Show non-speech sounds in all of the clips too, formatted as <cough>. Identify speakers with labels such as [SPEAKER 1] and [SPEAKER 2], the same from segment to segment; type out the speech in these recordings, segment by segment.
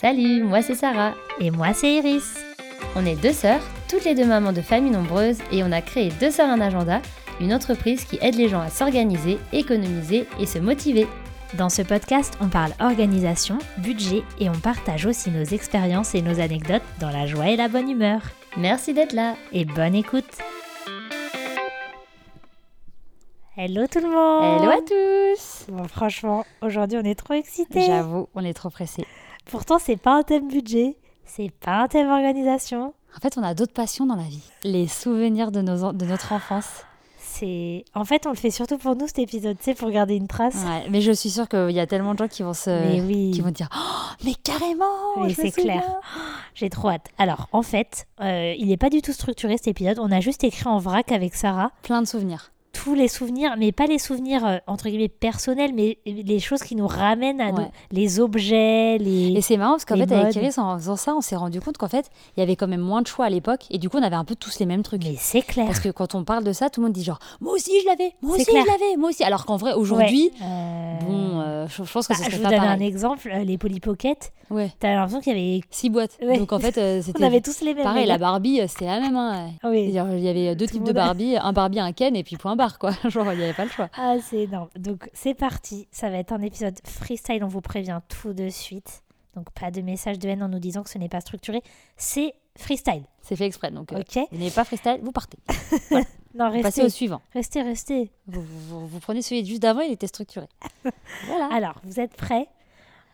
[SPEAKER 1] Salut, moi c'est Sarah.
[SPEAKER 2] Et moi, c'est Iris.
[SPEAKER 1] On est deux sœurs, toutes les deux mamans de familles nombreuses, et on a créé Deux Sœurs un Agenda, une entreprise qui aide les gens à s'organiser, économiser et se motiver.
[SPEAKER 2] Dans ce podcast, on parle organisation, budget et on partage aussi nos expériences et nos anecdotes dans la joie et la bonne humeur.
[SPEAKER 1] Merci d'être là.
[SPEAKER 2] Et bonne écoute. Hello tout le monde.
[SPEAKER 1] Hello à tous.
[SPEAKER 2] Bon, franchement, aujourd'hui, on est trop excités.
[SPEAKER 3] J'avoue, on est trop pressés.
[SPEAKER 2] Pourtant, c'est pas un thème budget, c'est pas un thème organisation.
[SPEAKER 3] En fait, on a d'autres passions dans la vie. Les souvenirs de, nos en- de notre enfance.
[SPEAKER 2] C'est en fait, on le fait surtout pour nous cet épisode, c'est pour garder une trace.
[SPEAKER 3] Ouais, mais je suis sûre qu'il y a tellement de gens qui vont se...
[SPEAKER 2] Mais oui.
[SPEAKER 3] Qui vont dire Oh, mais carrément
[SPEAKER 2] Mais
[SPEAKER 3] je me
[SPEAKER 2] c'est clair.
[SPEAKER 3] souviens.
[SPEAKER 2] J'ai trop hâte. Alors, en fait, euh, il n'est pas du tout structuré cet épisode. On a juste écrit en vrac avec Sarah
[SPEAKER 3] Plein de souvenirs.
[SPEAKER 2] tous les souvenirs, mais pas les souvenirs euh, entre guillemets personnels, mais les choses qui nous ramènent à
[SPEAKER 3] Ouais.
[SPEAKER 2] nos- les objets, les.
[SPEAKER 3] Et c'est marrant parce qu'en
[SPEAKER 2] les
[SPEAKER 3] fait, avec
[SPEAKER 2] modes.
[SPEAKER 3] Iris, en faisant ça, on s'est rendu compte qu'en fait, il y avait quand même moins de choix à l'époque. Et du coup, on avait un peu tous les mêmes trucs.
[SPEAKER 2] Mais c'est clair.
[SPEAKER 3] Parce que quand on parle de ça, tout le monde dit genre Moi aussi, je l'avais Moi
[SPEAKER 2] C'est
[SPEAKER 3] aussi,
[SPEAKER 2] clair.
[SPEAKER 3] je l'avais Moi aussi Alors qu'en vrai, aujourd'hui,
[SPEAKER 2] Ouais. Euh,
[SPEAKER 3] bon, euh, je, je pense que
[SPEAKER 2] bah,
[SPEAKER 3] ça
[SPEAKER 2] je
[SPEAKER 3] serait
[SPEAKER 2] vous
[SPEAKER 3] pas
[SPEAKER 2] donne un
[SPEAKER 3] pareil.
[SPEAKER 2] exemple, euh, les Polly Pocket,
[SPEAKER 3] Ouais.
[SPEAKER 2] t'as l'impression qu'il y avait.
[SPEAKER 3] Six boîtes.
[SPEAKER 2] Ouais.
[SPEAKER 3] Donc en fait, euh,
[SPEAKER 2] <laughs> On avait
[SPEAKER 3] c'était
[SPEAKER 2] tous les mêmes.
[SPEAKER 3] pareil.
[SPEAKER 2] les
[SPEAKER 3] La
[SPEAKER 2] gars.
[SPEAKER 3] Barbie, euh, c'était la même. hein.
[SPEAKER 2] Ah oui.
[SPEAKER 3] C'est-à-dire, il y avait deux
[SPEAKER 2] Tout le
[SPEAKER 3] types de
[SPEAKER 2] monde a-
[SPEAKER 3] Barbie, un Barbie, un Ken, et puis point barre, quoi. <laughs> Genre, il n'y avait pas le choix.
[SPEAKER 2] Ah, c'est énorme. Donc, c'est parti. Ça va être un épisode freestyle. On vous prévient tout de suite. Donc, pas de message de haine en nous disant que ce n'est pas structuré. C'est freestyle.
[SPEAKER 3] C'est fait exprès, donc. euh,
[SPEAKER 2] Ok
[SPEAKER 3] Vous n'avez pas freestyle, vous partez.
[SPEAKER 2] Non,
[SPEAKER 3] Passez
[SPEAKER 2] restez.
[SPEAKER 3] au suivant.
[SPEAKER 2] Restez, restez.
[SPEAKER 3] Vous, vous- vous- vous prenez celui juste d'avant, il
[SPEAKER 2] <laughs>
[SPEAKER 3] était structuré. Voilà.
[SPEAKER 2] Alors, vous êtes prêts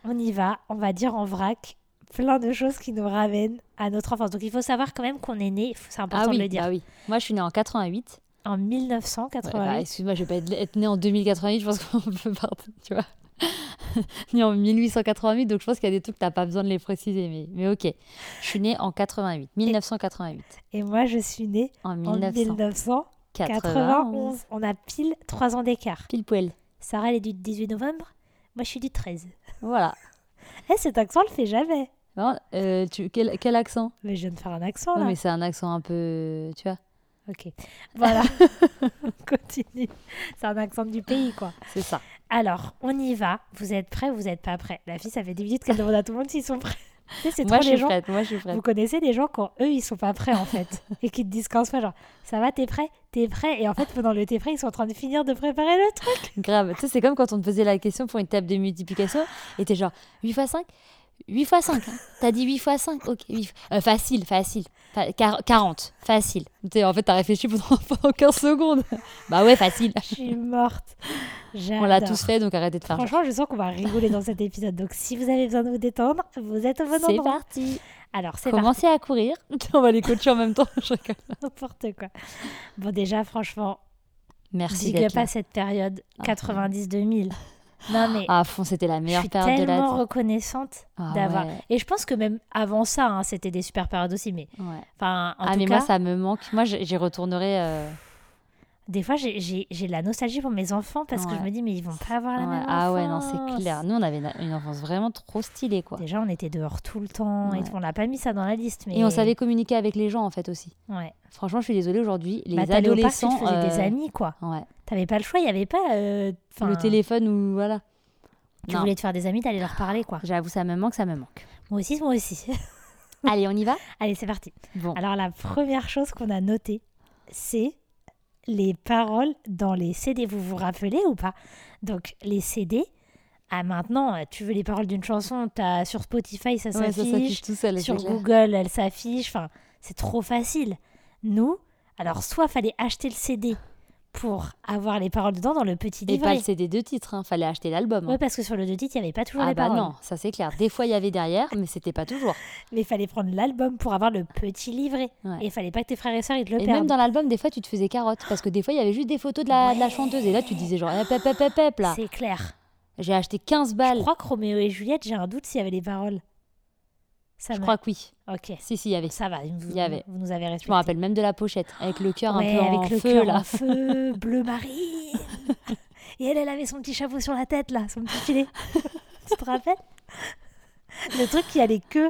[SPEAKER 2] On y va. On va dire en vrac plein de choses qui nous ramènent à notre enfance. Donc, il faut savoir quand même qu'on est né. C'est important
[SPEAKER 3] oui,
[SPEAKER 2] de le dire.
[SPEAKER 3] ah oui. Moi, je suis née en 88.
[SPEAKER 2] En
[SPEAKER 3] Ouais, bah,
[SPEAKER 2] 1988.
[SPEAKER 3] Excuse-moi, je vais pas être, être née en 2088, je pense qu'on <laughs> peut partir, tu vois. <laughs> Ni en 1888, donc je pense qu'il y a des trucs que t'as pas besoin de les préciser, mais, mais ok. Je suis née en 88, 1988.
[SPEAKER 2] Et moi, je suis née
[SPEAKER 3] En
[SPEAKER 2] en
[SPEAKER 3] 1991.
[SPEAKER 2] 1991. On a pile 3 ans d'écart.
[SPEAKER 3] Pile poil.
[SPEAKER 2] Sarah, elle est du 18 novembre. Moi, je suis du 13.
[SPEAKER 3] Voilà.
[SPEAKER 2] Eh, cet accent, on le fait jamais.
[SPEAKER 3] Bon, euh, tu, quel, quel accent
[SPEAKER 2] Mais je viens de faire un accent
[SPEAKER 3] Non,
[SPEAKER 2] là.
[SPEAKER 3] mais c'est un accent un peu. Tu vois
[SPEAKER 2] Ok.
[SPEAKER 3] <laughs>
[SPEAKER 2] Voilà. <laughs> Continue. C'est un accent du pays quoi.
[SPEAKER 3] C'est ça.
[SPEAKER 2] Alors, on y va. Vous êtes prêts ou vous n'êtes pas prêts La fille, ça fait 10 minutes qu'elle demande à tout le monde s'ils sont prêts. <laughs> Tu sais, c'est
[SPEAKER 3] Moi,
[SPEAKER 2] trop
[SPEAKER 3] je
[SPEAKER 2] les
[SPEAKER 3] suis
[SPEAKER 2] gens.
[SPEAKER 3] prête. Moi, je suis prête.
[SPEAKER 2] Vous connaissez des gens quand eux, ils sont pas prêts en
[SPEAKER 3] <laughs>
[SPEAKER 2] fait. et qui te disent qu'en soit genre, ça va, t'es prêt T'es prêt Et en fait, pendant le t'es prêt, ils sont en train de finir de préparer le
[SPEAKER 3] <laughs>
[SPEAKER 2] truc.
[SPEAKER 3] Grave. Tu sais, c'est comme quand on te posait la question pour une table de multiplication et t'es genre 8 x 5 8 x 5. hein. T'as dit 8 x 5. Ok. huit fois- euh, facile, facile. Fa- quar- 40. Facile. Tu sais, en fait, t'as réfléchi pendant, <laughs> pendant 15 secondes. Bah ouais, facile.
[SPEAKER 2] Je suis morte.
[SPEAKER 3] On l'a tous fait, donc arrêtez de faire genre.
[SPEAKER 2] Franchement, je sens qu'on va rigoler dans cet épisode. Donc, si vous avez besoin de vous détendre, vous êtes au bon
[SPEAKER 3] C'est
[SPEAKER 2] endroit.
[SPEAKER 3] parti.
[SPEAKER 2] Alors, c'est parti.
[SPEAKER 3] Commencez à courir. <laughs> On va les coacher en même temps. <laughs> Je rigole.
[SPEAKER 2] <laughs> N'importe quoi. Bon, déjà, franchement,
[SPEAKER 3] Merci
[SPEAKER 2] Big
[SPEAKER 3] d'être
[SPEAKER 2] up
[SPEAKER 3] là.
[SPEAKER 2] à cette période
[SPEAKER 3] Ah.
[SPEAKER 2] 90-2000. Non mais
[SPEAKER 3] Ah, à fond, c'était la
[SPEAKER 2] je
[SPEAKER 3] meilleure
[SPEAKER 2] suis
[SPEAKER 3] période de la
[SPEAKER 2] tellement reconnaissante
[SPEAKER 3] Ah
[SPEAKER 2] d'avoir.
[SPEAKER 3] ouais,
[SPEAKER 2] Et je pense que même avant ça, hein, c'était des super périodes aussi. Mais
[SPEAKER 3] ouais.
[SPEAKER 2] enfin, en
[SPEAKER 3] ah,
[SPEAKER 2] tout
[SPEAKER 3] mais
[SPEAKER 2] cas,
[SPEAKER 3] moi, ça me manque. Moi, j'- j'y retournerai. euh,
[SPEAKER 2] des fois, j'ai- j'ai j'ai de la nostalgie pour mes enfants parce que je
[SPEAKER 3] Ouais.
[SPEAKER 2] me dis mais ils vont pas avoir la
[SPEAKER 3] ouais.
[SPEAKER 2] même
[SPEAKER 3] Ah ouais, non,
[SPEAKER 2] enfance.
[SPEAKER 3] c'est clair. Nous, on avait une- une enfance vraiment trop stylée, quoi.
[SPEAKER 2] Déjà, on était dehors tout le temps et
[SPEAKER 3] Ouais.
[SPEAKER 2] tout. on n'a pas mis ça dans la liste. Mais
[SPEAKER 3] Et on savait communiquer avec les gens, en fait, aussi.
[SPEAKER 2] Ouais.
[SPEAKER 3] Franchement, je suis désolée, aujourd'hui, les
[SPEAKER 2] Bah, t'allais au parc, tu te
[SPEAKER 3] adolescents...
[SPEAKER 2] faisais des
[SPEAKER 3] euh,
[SPEAKER 2] amis quoi.
[SPEAKER 3] ouais.
[SPEAKER 2] T'avais pas le choix. Il y avait pas. euh, enfin,
[SPEAKER 3] Le téléphone ou... Voilà.
[SPEAKER 2] Tu
[SPEAKER 3] Non. Ah.
[SPEAKER 2] voulais te faire des amis, t'allais leur parler quoi.
[SPEAKER 3] J'avoue, ça me manque, ça me
[SPEAKER 2] <laughs>
[SPEAKER 3] manque.
[SPEAKER 2] Moi aussi, moi aussi. <laughs>
[SPEAKER 3] Allez, on y va
[SPEAKER 2] Allez, c'est parti.
[SPEAKER 3] Bon.
[SPEAKER 2] Alors la première chose qu'on a notée, c'est les paroles dans les CD. Vous vous rappelez ou pas Donc les CD, à maintenant, euh, tu veux les paroles d'une chanson, as, sur Spotify ça
[SPEAKER 3] Ouais, ça
[SPEAKER 2] s'affiche,
[SPEAKER 3] s'affiche tout seul,
[SPEAKER 2] sur
[SPEAKER 3] c'est clair.
[SPEAKER 2] Google elle s'affiche, enfin c'est trop facile. Nous, alors soit fallait acheter le CD pour avoir les paroles dedans dans le petit
[SPEAKER 3] Et pas
[SPEAKER 2] livret.
[SPEAKER 3] le CD de titre, hein. fallait acheter l'album. hein.
[SPEAKER 2] Ouais, parce que sur le deux titres, il n'y avait pas toujours
[SPEAKER 3] ah
[SPEAKER 2] les
[SPEAKER 3] bah
[SPEAKER 2] paroles.
[SPEAKER 3] non, ça c'est clair. Des fois, il y avait derrière, mais c'était pas toujours.
[SPEAKER 2] Mais il fallait prendre l'album pour avoir le petit livret.
[SPEAKER 3] Ouais.
[SPEAKER 2] Et il fallait pas que tes frères et sœurs ils te le
[SPEAKER 3] Et
[SPEAKER 2] perdent.
[SPEAKER 3] même dans l'album, des fois, tu te eh, faisais carotte. Parce que des fois, il y avait juste des photos de la, de la chanteuse. Et là, tu disais genre, hep, hep, hep, hep, hep, là.
[SPEAKER 2] C'est clair.
[SPEAKER 3] J'ai acheté 15
[SPEAKER 2] Je
[SPEAKER 3] balles.
[SPEAKER 2] crois que Roméo et Juliette, j'ai un doute s'il y avait les paroles. Ça
[SPEAKER 3] Je
[SPEAKER 2] m'a-
[SPEAKER 3] crois que oui.
[SPEAKER 2] Ok,
[SPEAKER 3] Si, si, il y avait.
[SPEAKER 2] ça va. Vous,
[SPEAKER 3] Il y avait.
[SPEAKER 2] vous nous avez respecté.
[SPEAKER 3] Je me rappelle même de la pochette, avec le cœur
[SPEAKER 2] Ouais,
[SPEAKER 3] un peu
[SPEAKER 2] avec
[SPEAKER 3] en
[SPEAKER 2] le
[SPEAKER 3] feu,
[SPEAKER 2] cœur
[SPEAKER 3] là.
[SPEAKER 2] en
[SPEAKER 3] <laughs>
[SPEAKER 2] feu, bleu marine. Et elle, elle avait son petit chapeau sur la tête, là, son petit filet. tu te rappelles Le truc qui allait que,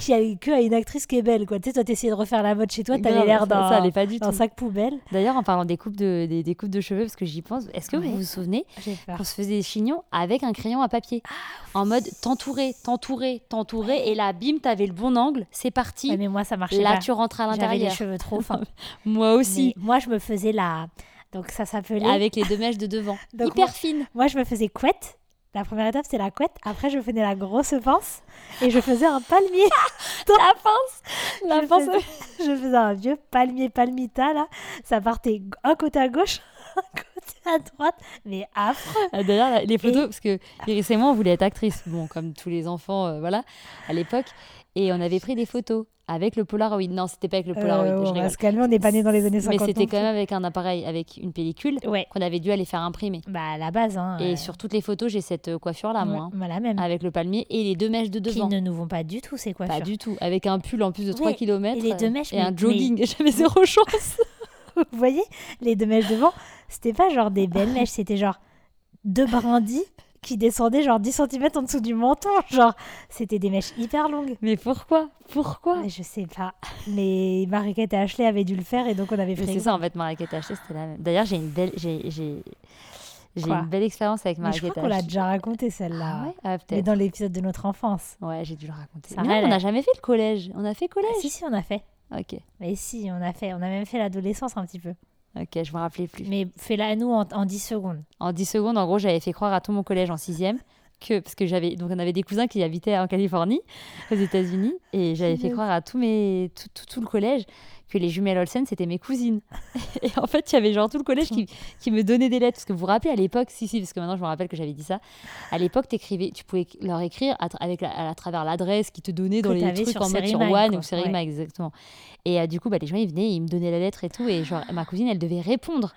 [SPEAKER 2] qui allait que à une actrice qui est belle, quoi. Tu sais, toi, t'essayais de refaire la mode chez toi, t'avais
[SPEAKER 3] Grave,
[SPEAKER 2] l'air
[SPEAKER 3] ça-
[SPEAKER 2] d'un
[SPEAKER 3] Ça allait pas du
[SPEAKER 2] d'un
[SPEAKER 3] tout.
[SPEAKER 2] sac poubelle.
[SPEAKER 3] D'ailleurs, en parlant des coupes de, des, des coupes de cheveux, parce que j'y pense, est-ce que
[SPEAKER 2] Ouais. Ah.
[SPEAKER 3] vous vous souvenez
[SPEAKER 2] J'ai peur.
[SPEAKER 3] qu'on se faisait des chignons avec un crayon à papier
[SPEAKER 2] Ah,
[SPEAKER 3] En mode t'entourer, t'entourer, t'entourer, et là, bim, t'avais le bon angle, c'est parti.
[SPEAKER 2] Ouais, mais moi, ça marchait
[SPEAKER 3] là,
[SPEAKER 2] pas.
[SPEAKER 3] tu rentres à
[SPEAKER 2] J'avais les
[SPEAKER 3] l'intérieur.
[SPEAKER 2] cheveux
[SPEAKER 3] <laughs>
[SPEAKER 2] trop fins.
[SPEAKER 3] Moi aussi,
[SPEAKER 2] Mais Moi, je me faisais la... Donc, ça s'appelait... <laughs>
[SPEAKER 3] avec les deux mèches de devant.
[SPEAKER 2] Donc,
[SPEAKER 3] Hyper
[SPEAKER 2] moi-
[SPEAKER 3] fine.
[SPEAKER 2] Moi, je me faisais couette. La première étape, c'est la couette. Après, je faisais la grosse pince. Et je faisais un palmier.
[SPEAKER 3] <laughs> La pince La
[SPEAKER 2] je,
[SPEAKER 3] pince
[SPEAKER 2] faisais, je faisais un vieux palmier palmita, là. Ça partait g- un côté à gauche, <laughs> un côté à droite. Mais affreux.
[SPEAKER 3] Ah, D'ailleurs, la- les photos, parce que Iris et moi, on voulait être actrice, bon, comme tous les enfants, euh, voilà, à l'époque. Et on avait pris des photos avec le Polaroid. Non, c'était pas avec le Polaroid,
[SPEAKER 2] Euh,
[SPEAKER 3] je
[SPEAKER 2] on va
[SPEAKER 3] rigole.
[SPEAKER 2] se calmer, on n'est pas né dans les années 50.
[SPEAKER 3] Mais c'était
[SPEAKER 2] non
[SPEAKER 3] quand même avec un appareil, avec une pellicule,
[SPEAKER 2] plus. Ouais.
[SPEAKER 3] qu'on avait dû aller faire imprimer.
[SPEAKER 2] Bah, à la base, hein.
[SPEAKER 3] Et
[SPEAKER 2] euh,
[SPEAKER 3] sur toutes les photos, j'ai cette euh, coiffure-là, moi,
[SPEAKER 2] moi, moi, la même.
[SPEAKER 3] hein, avec le palmier et les deux mèches de
[SPEAKER 2] Qui
[SPEAKER 3] devant.
[SPEAKER 2] ne nous vont pas du tout, ces coiffures.
[SPEAKER 3] Pas du tout, avec un pull en plus de 3
[SPEAKER 2] Ouais,
[SPEAKER 3] km.
[SPEAKER 2] et les deux mèches,
[SPEAKER 3] et
[SPEAKER 2] mais-
[SPEAKER 3] un
[SPEAKER 2] mais-
[SPEAKER 3] jogging. <laughs> J'avais zéro chance.
[SPEAKER 2] Vous voyez, les deux mèches devant, c'était pas genre des belles mèches, c'était genre deux brindis qui descendaient genre 10 cm en dessous du menton. Genre, c'était des mèches hyper longues.
[SPEAKER 3] Mais pourquoi Pourquoi
[SPEAKER 2] Ouais, Je sais pas. Mais Marguerite et Ashley avaient dû le faire et donc on avait fait.
[SPEAKER 3] Mais c'est ça en fait, Marrakech acheté, c'était la même. D'ailleurs, j'ai une belle, j'ai, j'ai, j'ai
[SPEAKER 2] Quoi
[SPEAKER 3] une belle expérience avec
[SPEAKER 2] Mais je
[SPEAKER 3] Marrakech
[SPEAKER 2] crois qu'on l'a déjà raconté celle-là.
[SPEAKER 3] Ah ouais, ah,
[SPEAKER 2] Mais
[SPEAKER 3] peut-être.
[SPEAKER 2] dans l'épisode de notre enfance.
[SPEAKER 3] Ouais, j'ai dû le raconter.
[SPEAKER 2] Ça
[SPEAKER 3] Mais non,
[SPEAKER 2] râle.
[SPEAKER 3] on n'a jamais fait le collège. On a fait
[SPEAKER 2] Ah,
[SPEAKER 3] collège.
[SPEAKER 2] si, si, on a fait.
[SPEAKER 3] Ok,
[SPEAKER 2] Mais si, on a fait. On a même fait l'adolescence un petit peu.
[SPEAKER 3] ok, je me rappelais plus.
[SPEAKER 2] Mais fais-la à nous en, en 10 secondes.
[SPEAKER 3] En 10 secondes, en gros, j'avais fait croire à tout mon collège en 6 que parce que j'avais donc on avait des cousins qui habitaient en Californie, aux États-Unis, et j'avais fait
[SPEAKER 2] Génial.
[SPEAKER 3] croire à tout mes tout, tout, tout le collège que les jumelles Olsen c'était mes cousines. <laughs> Et en fait, il y avait genre tout le collège qui, qui me donnait des lettres parce que vous vous rappelez à l'époque, si si, parce que maintenant je me rappelle que j'avais dit ça. À l'époque, t'écrivais, tu pouvais leur écrire à, tra- avec la- à, travers l'adresse qui te donnait dans
[SPEAKER 2] Que
[SPEAKER 3] les
[SPEAKER 2] t'avais
[SPEAKER 3] trucs
[SPEAKER 2] sur
[SPEAKER 3] en mode sur
[SPEAKER 2] Sérimag,
[SPEAKER 3] One
[SPEAKER 2] quoi.
[SPEAKER 3] ou Serima exactement. Et euh, du coup, bah, les gens ils venaient, ils me donnaient la lettre et tout, et genre ma cousine elle devait répondre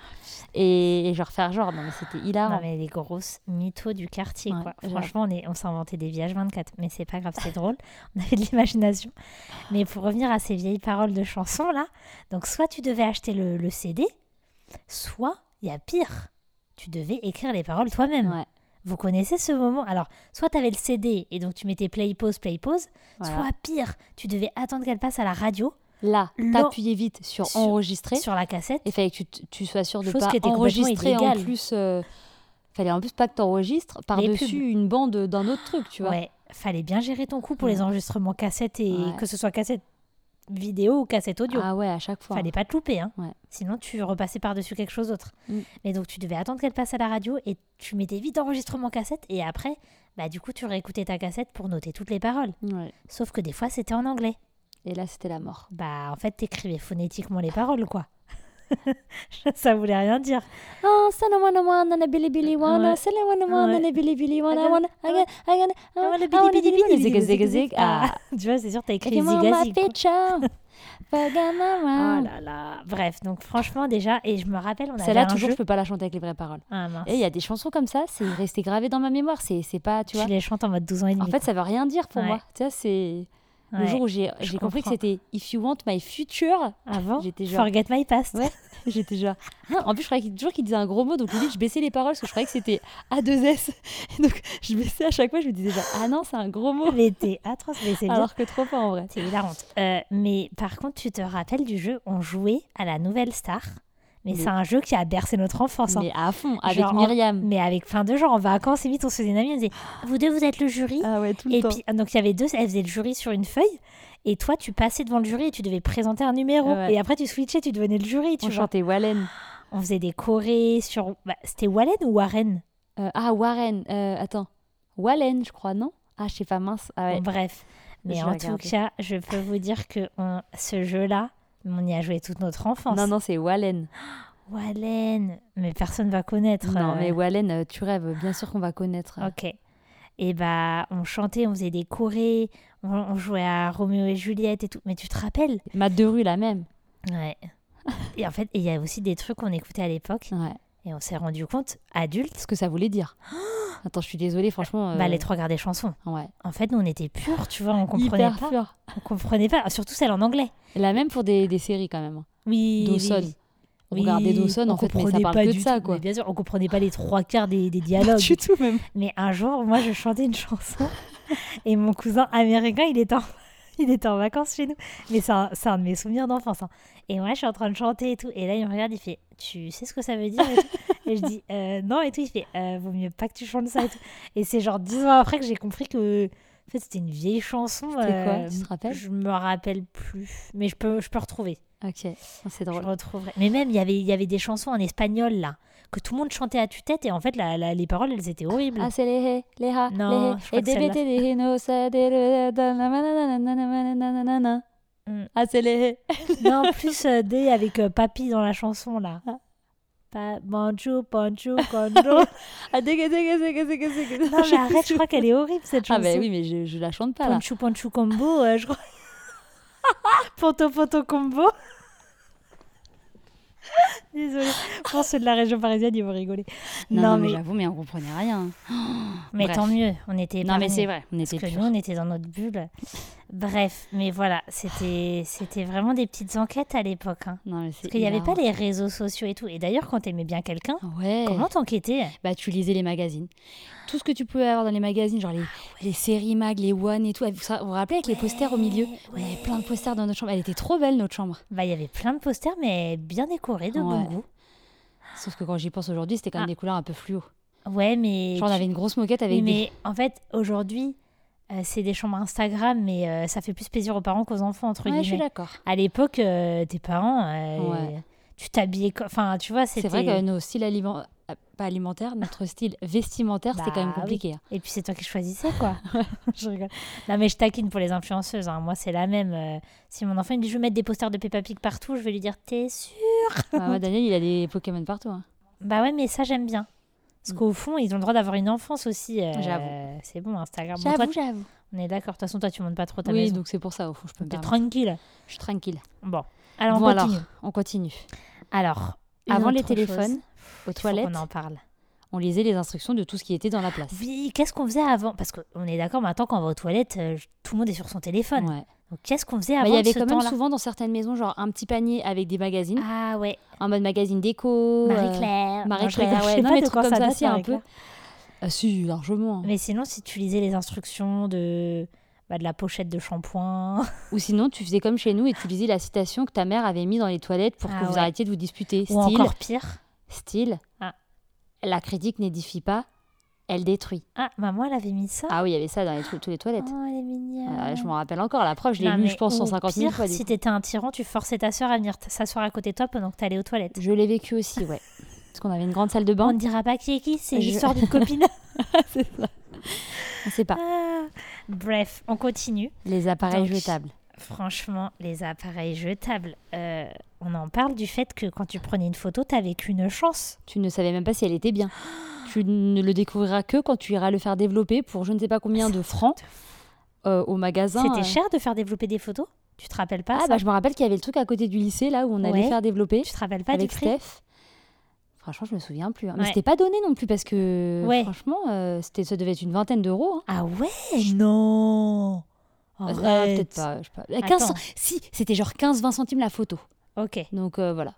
[SPEAKER 3] et, et genre faire genre non mais c'était hilarant.
[SPEAKER 2] Non, mais les grosses mythos du quartier,
[SPEAKER 3] Ouais,
[SPEAKER 2] quoi.
[SPEAKER 3] j'avoue.
[SPEAKER 2] Franchement, on, est- on s'est inventé des villages 24, mais c'est pas grave, c'est drôle. On avait de l'imagination. Mais pour revenir à ces vieilles paroles de chansons, là, donc soit tu devais acheter le, le CD, soit, il y a pire, tu devais écrire les paroles toi-même.
[SPEAKER 3] Ouais.
[SPEAKER 2] Vous connaissez ce moment Alors, soit tu avais le CD et donc tu mettais play, pause, play, pause,
[SPEAKER 3] Voilà.
[SPEAKER 2] soit pire, tu devais attendre qu'elle passe à la radio,
[SPEAKER 3] Là,
[SPEAKER 2] L'en-
[SPEAKER 3] t'appuyais vite sur,
[SPEAKER 2] sur-
[SPEAKER 3] enregistrer.
[SPEAKER 2] sur la cassette.
[SPEAKER 3] Et fallait que tu, t- tu sois sûr de
[SPEAKER 2] Chose
[SPEAKER 3] pas
[SPEAKER 2] qui était complètement
[SPEAKER 3] enregistrer en
[SPEAKER 2] illégale.
[SPEAKER 3] plus. euh, fallait en plus pas que t'enregistres
[SPEAKER 2] pubs.
[SPEAKER 3] par-dessus une bande d'un autre truc, tu vois.
[SPEAKER 2] Ouais, fallait bien gérer ton coup pour
[SPEAKER 3] Ouais.
[SPEAKER 2] les enregistrements cassette et
[SPEAKER 3] Ouais.
[SPEAKER 2] que ce soit cassette vidéo ou cassette audio.
[SPEAKER 3] Ah ouais, à chaque fois.
[SPEAKER 2] Fallait pas te louper, hein.
[SPEAKER 3] Ouais.
[SPEAKER 2] Sinon, tu repassais par-dessus quelque chose d'autre.
[SPEAKER 3] Mm.
[SPEAKER 2] Mais donc, tu devais attendre qu'elle passe à la radio et tu mettais vite enregistrement cassette. Et après, bah, du coup, tu réécoutais ta cassette pour noter toutes les paroles.
[SPEAKER 3] Ouais.
[SPEAKER 2] Sauf que des fois, c'était en anglais.
[SPEAKER 3] Et là, c'était la mort.
[SPEAKER 2] Bah, en fait, t'écrivais phonétiquement les paroles, quoi. <laughs> Ça voulait rien dire. <laughs>
[SPEAKER 3] Ah, sana wana wana, nana bili bili wana,
[SPEAKER 2] Ouais.
[SPEAKER 3] sana wana wana,
[SPEAKER 2] Ouais.
[SPEAKER 3] nana bili bili wana,
[SPEAKER 2] Aga-
[SPEAKER 3] wana, aga- aga-
[SPEAKER 2] Ah,
[SPEAKER 3] ah,
[SPEAKER 2] le
[SPEAKER 3] ah, wana
[SPEAKER 2] bidi bidi
[SPEAKER 3] bili
[SPEAKER 2] bidi
[SPEAKER 3] bili,
[SPEAKER 2] bidi
[SPEAKER 3] zig,
[SPEAKER 2] bidi
[SPEAKER 3] zig,
[SPEAKER 2] bidi.
[SPEAKER 3] zig.
[SPEAKER 2] Ah,
[SPEAKER 3] Ah.
[SPEAKER 2] tu vois, c'est sûr, t'as écrit
[SPEAKER 3] If you want my
[SPEAKER 2] zigazig, quoi.
[SPEAKER 3] <laughs> picture,
[SPEAKER 2] Ah
[SPEAKER 3] Bagamama.
[SPEAKER 2] Oh là là. Bref, donc franchement, déjà, et je me rappelle, on avait
[SPEAKER 3] hein Celle-là,
[SPEAKER 2] un
[SPEAKER 3] toujours,
[SPEAKER 2] jeu.
[SPEAKER 3] je peux pas la chanter avec les vraies paroles.
[SPEAKER 2] Ah, mince.
[SPEAKER 3] Et il y a des chansons comme ça, c'est resté gravé dans ma mémoire. C'est c'est pas, tu
[SPEAKER 2] tu
[SPEAKER 3] vois.
[SPEAKER 2] les chantes en mode 12 ans et
[SPEAKER 3] En
[SPEAKER 2] demi.
[SPEAKER 3] fait, ça veut rien dire pour
[SPEAKER 2] Ouais.
[SPEAKER 3] moi. Tu vois, c'est.
[SPEAKER 2] quoi.
[SPEAKER 3] Le
[SPEAKER 2] Ouais.
[SPEAKER 3] jour où j'ai
[SPEAKER 2] je
[SPEAKER 3] j'ai compris que
[SPEAKER 2] comprends.
[SPEAKER 3] c'était If You Want My Future, <laughs>
[SPEAKER 2] Avant,
[SPEAKER 3] j'étais genre-
[SPEAKER 2] Ah forget my past.
[SPEAKER 3] Ouais. j'étais genre. <laughs> Ah, en plus, je croyais qu'il- toujours qu'il disait un gros mot, donc limite, je baissais les paroles parce que je croyais que c'était A2S. Et <laughs> donc, je baissais à chaque fois, je me disais genre, ah non, c'est un gros
[SPEAKER 2] <laughs>
[SPEAKER 3] mot.
[SPEAKER 2] Mais t'es atroce, mais c'est bien.
[SPEAKER 3] Alors que trop pas en vrai.
[SPEAKER 2] C'est hilarante. Euh, mais par contre, tu te rappelles du jeu On jouait à la nouvelle star. Mais
[SPEAKER 3] Mais-
[SPEAKER 2] c'est un jeu qui a bercé notre enfance. hein.
[SPEAKER 3] Mais à fond, avec
[SPEAKER 2] Genre, en-
[SPEAKER 3] Myriam.
[SPEAKER 2] Mais avec plein de gens en vacances, et vite, on se faisait des amis. On disait Vous deux, vous êtes le jury.
[SPEAKER 3] Ah ouais, tout le
[SPEAKER 2] et
[SPEAKER 3] temps.
[SPEAKER 2] puis, donc il y avait deux, elle faisait le jury sur une feuille. Et toi, tu passais devant le jury et tu devais présenter un numéro.
[SPEAKER 3] Ah Ouais.
[SPEAKER 2] Et après, tu switchais, tu devenais le jury. Tu
[SPEAKER 3] on
[SPEAKER 2] vois.
[SPEAKER 3] chantait Wallen.
[SPEAKER 2] on faisait des chorés sur. bah, C'était Wallen ou Warren
[SPEAKER 3] Euh, ah, Warren. euh, attends. Wallen, je crois, non Ah, je sais pas, mince. Ah ouais.
[SPEAKER 2] Bon, bref. Mais
[SPEAKER 3] Je vais
[SPEAKER 2] en tout
[SPEAKER 3] regarder.
[SPEAKER 2] cas, je peux vous dire que on- ce jeu-là, on y a joué toute notre enfance.
[SPEAKER 3] Non, non, c'est Wallen.
[SPEAKER 2] Wallen, mais personne va connaître.
[SPEAKER 3] Non,
[SPEAKER 2] euh,
[SPEAKER 3] mais Wallen, euh, tu rêves. Bien sûr qu'on va connaître. euh.
[SPEAKER 2] Ok. Et bah, on chantait, on faisait des chorés, on, on jouait à Roméo et Juliette et tout. Mais tu te rappelles
[SPEAKER 3] Ma deux rues, la même.
[SPEAKER 2] <laughs> Ouais. et en fait, il y a aussi des trucs qu'on écoutait à l'époque.
[SPEAKER 3] Ouais.
[SPEAKER 2] Et Et on s'est rendu compte, adulte,
[SPEAKER 3] ce que ça
[SPEAKER 2] <gasps>
[SPEAKER 3] voulait dire. Attends, je suis désolée, franchement. euh,
[SPEAKER 2] bah, les trois quarts des chansons.
[SPEAKER 3] Ouais.
[SPEAKER 2] En fait, nous, on était purs, tu vois, on comprenait
[SPEAKER 3] Hyper
[SPEAKER 2] pas.
[SPEAKER 3] pur.
[SPEAKER 2] On comprenait pas, surtout celle en anglais.
[SPEAKER 3] La même pour des, des séries
[SPEAKER 2] <laughs>
[SPEAKER 3] quand même. hein.
[SPEAKER 2] Oui.
[SPEAKER 3] Dawson.
[SPEAKER 2] oui,
[SPEAKER 3] On
[SPEAKER 2] oui.
[SPEAKER 3] regardait Dawson,
[SPEAKER 2] On
[SPEAKER 3] en fait, mais ça
[SPEAKER 2] comprenait
[SPEAKER 3] parle
[SPEAKER 2] pas
[SPEAKER 3] que
[SPEAKER 2] du
[SPEAKER 3] de ça,
[SPEAKER 2] tout.
[SPEAKER 3] quoi.
[SPEAKER 2] Mais bien sûr, on comprenait pas les trois quarts des, des dialogues.
[SPEAKER 3] tout, même.
[SPEAKER 2] Mais un jour, moi, je chantais une chanson <laughs> et mon cousin américain, il était en, <laughs> il était en vacances chez nous. Mais c'est un, c'est un de mes souvenirs d'enfance. hein. Et moi, je suis en train de chanter et tout. Et là, il me regarde, il fait Tu sais ce que ça veut dire Et, tout. Et je dis Euh, Non, et tout. Il fait Euh, Vaut mieux pas que tu chantes ça et tout. Et c'est genre dix ans après que j'ai compris que. En fait, c'était une vieille chanson.
[SPEAKER 3] C'était quoi
[SPEAKER 2] euh,
[SPEAKER 3] Tu te rappelles
[SPEAKER 2] Je me rappelle plus. Mais je peux, je peux retrouver.
[SPEAKER 3] Ok, Ah, c'est drôle.
[SPEAKER 2] Je retrouverai. Mais même, il y avait- il y avait des chansons en espagnol, là, que tout le monde chantait à tue-tête. Et en fait, la- la- les paroles, elles étaient horribles.
[SPEAKER 3] Ah, c'est les hé, les ha,
[SPEAKER 2] Non,
[SPEAKER 3] les
[SPEAKER 2] je
[SPEAKER 3] hé.
[SPEAKER 2] crois
[SPEAKER 3] Et
[SPEAKER 2] que
[SPEAKER 3] des
[SPEAKER 2] celle-là.
[SPEAKER 3] bêtés, des hinos, ça, des le- da- na- na- na- na- na- na- na- na- na- na-
[SPEAKER 2] Mm.
[SPEAKER 3] na. Ah, c'est les hé.
[SPEAKER 2] Non, en plus euh, D avec euh, papy dans la chanson là. Pa Banjo, banjo,
[SPEAKER 3] <laughs>
[SPEAKER 2] banjo.
[SPEAKER 3] Ah, dégueu, dégueu, dégueu, dégueu, dégueu.
[SPEAKER 2] non mais arrête, je
[SPEAKER 3] <laughs>
[SPEAKER 2] crois qu'elle est horrible cette
[SPEAKER 3] Ah,
[SPEAKER 2] chanson.
[SPEAKER 3] bah oui, mais je, je la chante pas là.
[SPEAKER 2] Poncho, poncho, combo, euh, je
[SPEAKER 3] <laughs>
[SPEAKER 2] crois. Ponto, ponto, combo. Désolée, pour ceux de la région parisienne, ils vont rigoler.
[SPEAKER 3] Non, non, mais j'avoue, mais on comprenait rien.
[SPEAKER 2] mais
[SPEAKER 3] bref.
[SPEAKER 2] tant mieux, on était
[SPEAKER 3] Non, mais
[SPEAKER 2] épargnés.
[SPEAKER 3] c'est vrai, on était
[SPEAKER 2] Parce que
[SPEAKER 3] purs.
[SPEAKER 2] nous, on était dans notre bulle. Bref, mais voilà, c'était c'était vraiment des petites enquêtes à l'époque. hein.
[SPEAKER 3] Non, mais c'est
[SPEAKER 2] Parce qu'il n'y avait pas
[SPEAKER 3] hilarant.
[SPEAKER 2] les réseaux sociaux et tout. Et d'ailleurs, quand t'aimais bien quelqu'un,
[SPEAKER 3] Ouais.
[SPEAKER 2] Comment t'enquêter
[SPEAKER 3] bah tu lisais les magazines. Tout ce que tu pouvais avoir dans les magazines,
[SPEAKER 2] Ah
[SPEAKER 3] genre les, les séries mag, les one et tout. Vous vous vous rappelez avec les posters au milieu On avait plein de posters dans notre chambre. Elle était trop belle notre chambre.
[SPEAKER 2] Bah, il y avait plein de posters, mais bien décorés, de bon
[SPEAKER 3] Ouais.
[SPEAKER 2] goût.
[SPEAKER 3] Sauf que quand j'y pense aujourd'hui, c'était quand même
[SPEAKER 2] Ah.
[SPEAKER 3] des couleurs un peu fluo.
[SPEAKER 2] Ouais, mais.
[SPEAKER 3] Genre on
[SPEAKER 2] tu-
[SPEAKER 3] avait une grosse moquette avec
[SPEAKER 2] Oui,
[SPEAKER 3] des...
[SPEAKER 2] mais en fait, aujourd'hui, euh, c'est des chambres Instagram, mais euh, ça fait plus plaisir aux parents qu'aux enfants, entre
[SPEAKER 3] Ouais, je suis
[SPEAKER 2] guillemets.
[SPEAKER 3] d'accord.
[SPEAKER 2] À l'époque, euh, tes parents, euh,
[SPEAKER 3] Ouais.
[SPEAKER 2] tu t'habillais. co- Enfin, tu vois, c'était.
[SPEAKER 3] C'est vrai que nos styles aliment- euh, pas alimentaires, notre style vestimentaire, c'était quand même
[SPEAKER 2] Bah oui.
[SPEAKER 3] compliqué. hein.
[SPEAKER 2] Et puis c'est toi qui choisissais, quoi. <laughs> je rigole. Non, mais je taquine pour les influenceuses. hein. Moi, c'est la même. euh, si mon enfant il me dit je veux mettre des posters de Peppa Pig partout, je vais lui dire t'es sûr
[SPEAKER 3] Bah, moi, Daniel, il a des Pokémon partout. hein.
[SPEAKER 2] Bah ouais, mais ça j'aime bien. Parce qu'au fond, ils ont le droit d'avoir une enfance aussi. euh,
[SPEAKER 3] Mm. J'avoue.
[SPEAKER 2] C'est bon, Instagram. Bon, toi,
[SPEAKER 3] J'avoue, j'avoue.
[SPEAKER 2] on est d'accord. De toute façon, toi, tu montes pas trop ta
[SPEAKER 3] Oui,
[SPEAKER 2] maison.
[SPEAKER 3] donc c'est pour ça, au fond, je peux me
[SPEAKER 2] T'es
[SPEAKER 3] permettre.
[SPEAKER 2] tranquille.
[SPEAKER 3] Je suis tranquille.
[SPEAKER 2] Bon. Alors, on
[SPEAKER 3] Bon, alors,
[SPEAKER 2] continue.
[SPEAKER 3] on continue.
[SPEAKER 2] Alors, une
[SPEAKER 3] Avant les
[SPEAKER 2] autre chose,
[SPEAKER 3] téléphones, aux
[SPEAKER 2] il faut qu'on
[SPEAKER 3] toilettes,
[SPEAKER 2] en parle.
[SPEAKER 3] on lisait les instructions de tout ce qui était dans la place.
[SPEAKER 2] Oui, qu'est-ce qu'on faisait avant Parce qu'on est d'accord, maintenant, quand on va aux toilettes, euh, je- tout le monde est sur son téléphone.
[SPEAKER 3] Ouais.
[SPEAKER 2] Donc, qu'est-ce qu'on faisait
[SPEAKER 3] Bah,
[SPEAKER 2] avant
[SPEAKER 3] il y avait
[SPEAKER 2] ce
[SPEAKER 3] quand même
[SPEAKER 2] temps-là
[SPEAKER 3] souvent dans certaines maisons genre un petit panier avec des magazines,
[SPEAKER 2] Ah ouais,
[SPEAKER 3] en mode magazine déco, euh,
[SPEAKER 2] Marie-Claire. Non, je
[SPEAKER 3] Marie-Claire,
[SPEAKER 2] rigole, je
[SPEAKER 3] ouais,
[SPEAKER 2] sais
[SPEAKER 3] non,
[SPEAKER 2] pas
[SPEAKER 3] les
[SPEAKER 2] de
[SPEAKER 3] trucs
[SPEAKER 2] quand
[SPEAKER 3] comme ça,
[SPEAKER 2] date,
[SPEAKER 3] si un peu.
[SPEAKER 2] Marie-Claire.
[SPEAKER 3] Ah, si largement.
[SPEAKER 2] Mais sinon, si tu lisais les instructions de, bah, de la pochette de
[SPEAKER 3] <laughs>
[SPEAKER 2] shampoing.
[SPEAKER 3] Ou sinon tu faisais comme chez nous et tu lisais la citation que ta mère avait mis dans les toilettes pour
[SPEAKER 2] Ah
[SPEAKER 3] que vous
[SPEAKER 2] ouais.
[SPEAKER 3] arrêtiez de vous disputer.
[SPEAKER 2] Ou
[SPEAKER 3] style,
[SPEAKER 2] encore pire.
[SPEAKER 3] style.
[SPEAKER 2] Ah.
[SPEAKER 3] La critique n'édifie pas, elle détruit.
[SPEAKER 2] Ah, maman, elle avait mis ça.
[SPEAKER 3] Ah oui, il y avait ça dans les tous tous les toilettes.
[SPEAKER 2] Oh, elle est mignonne.
[SPEAKER 3] Ah, je m'en rappelle encore. La preuve, je l'ai
[SPEAKER 2] Non,
[SPEAKER 3] lu,
[SPEAKER 2] mais
[SPEAKER 3] je pense,
[SPEAKER 2] ou
[SPEAKER 3] 150 000
[SPEAKER 2] pire,
[SPEAKER 3] fois. des-
[SPEAKER 2] Si t'étais un tyran, tu forçais ta sœur à venir t- s'asseoir à côté de toi pendant que t'allais aux toilettes.
[SPEAKER 3] Je l'ai vécu aussi, ouais. Parce qu'on avait une grande salle de
[SPEAKER 2] On <laughs>
[SPEAKER 3] bain.
[SPEAKER 2] ne dira pas qui est qui, c'est
[SPEAKER 3] Je-
[SPEAKER 2] l'histoire
[SPEAKER 3] <laughs>
[SPEAKER 2] d'une copine.
[SPEAKER 3] C'est ça. On sait pas.
[SPEAKER 2] Ah. Bref, on continue.
[SPEAKER 3] Les appareils
[SPEAKER 2] Donc,
[SPEAKER 3] jetables.
[SPEAKER 2] Franchement, les appareils jetables, euh, on en parle du fait que quand tu prenais une photo, t'avais qu'une chance.
[SPEAKER 3] Tu ne savais même pas si elle était bien. Tu ne le découvriras que quand tu iras le faire développer pour je ne sais pas combien de francs euh, au magasin.
[SPEAKER 2] C'était
[SPEAKER 3] euh.
[SPEAKER 2] cher de faire développer des photos Tu te rappelles pas
[SPEAKER 3] Ah
[SPEAKER 2] ça
[SPEAKER 3] bah je me rappelle qu'il y avait le truc à côté du lycée là où on allait
[SPEAKER 2] Ouais.
[SPEAKER 3] faire développer
[SPEAKER 2] Tu te rappelles pas
[SPEAKER 3] avec
[SPEAKER 2] du prix
[SPEAKER 3] Steph. Franchement, je me souviens plus. hein. Mais
[SPEAKER 2] Ouais.
[SPEAKER 3] c'était pas donné non plus parce que
[SPEAKER 2] Ouais.
[SPEAKER 3] franchement, euh, c'était ça devait être une vingtaine d'euros. hein.
[SPEAKER 2] Ah ouais Non
[SPEAKER 3] Ah,
[SPEAKER 2] Arrête.
[SPEAKER 3] peut-être pas, je sais pas. 15 cent-
[SPEAKER 2] Attends.
[SPEAKER 3] Si, c'était genre 15-20 centimes la photo.
[SPEAKER 2] Ok,
[SPEAKER 3] Donc euh, voilà.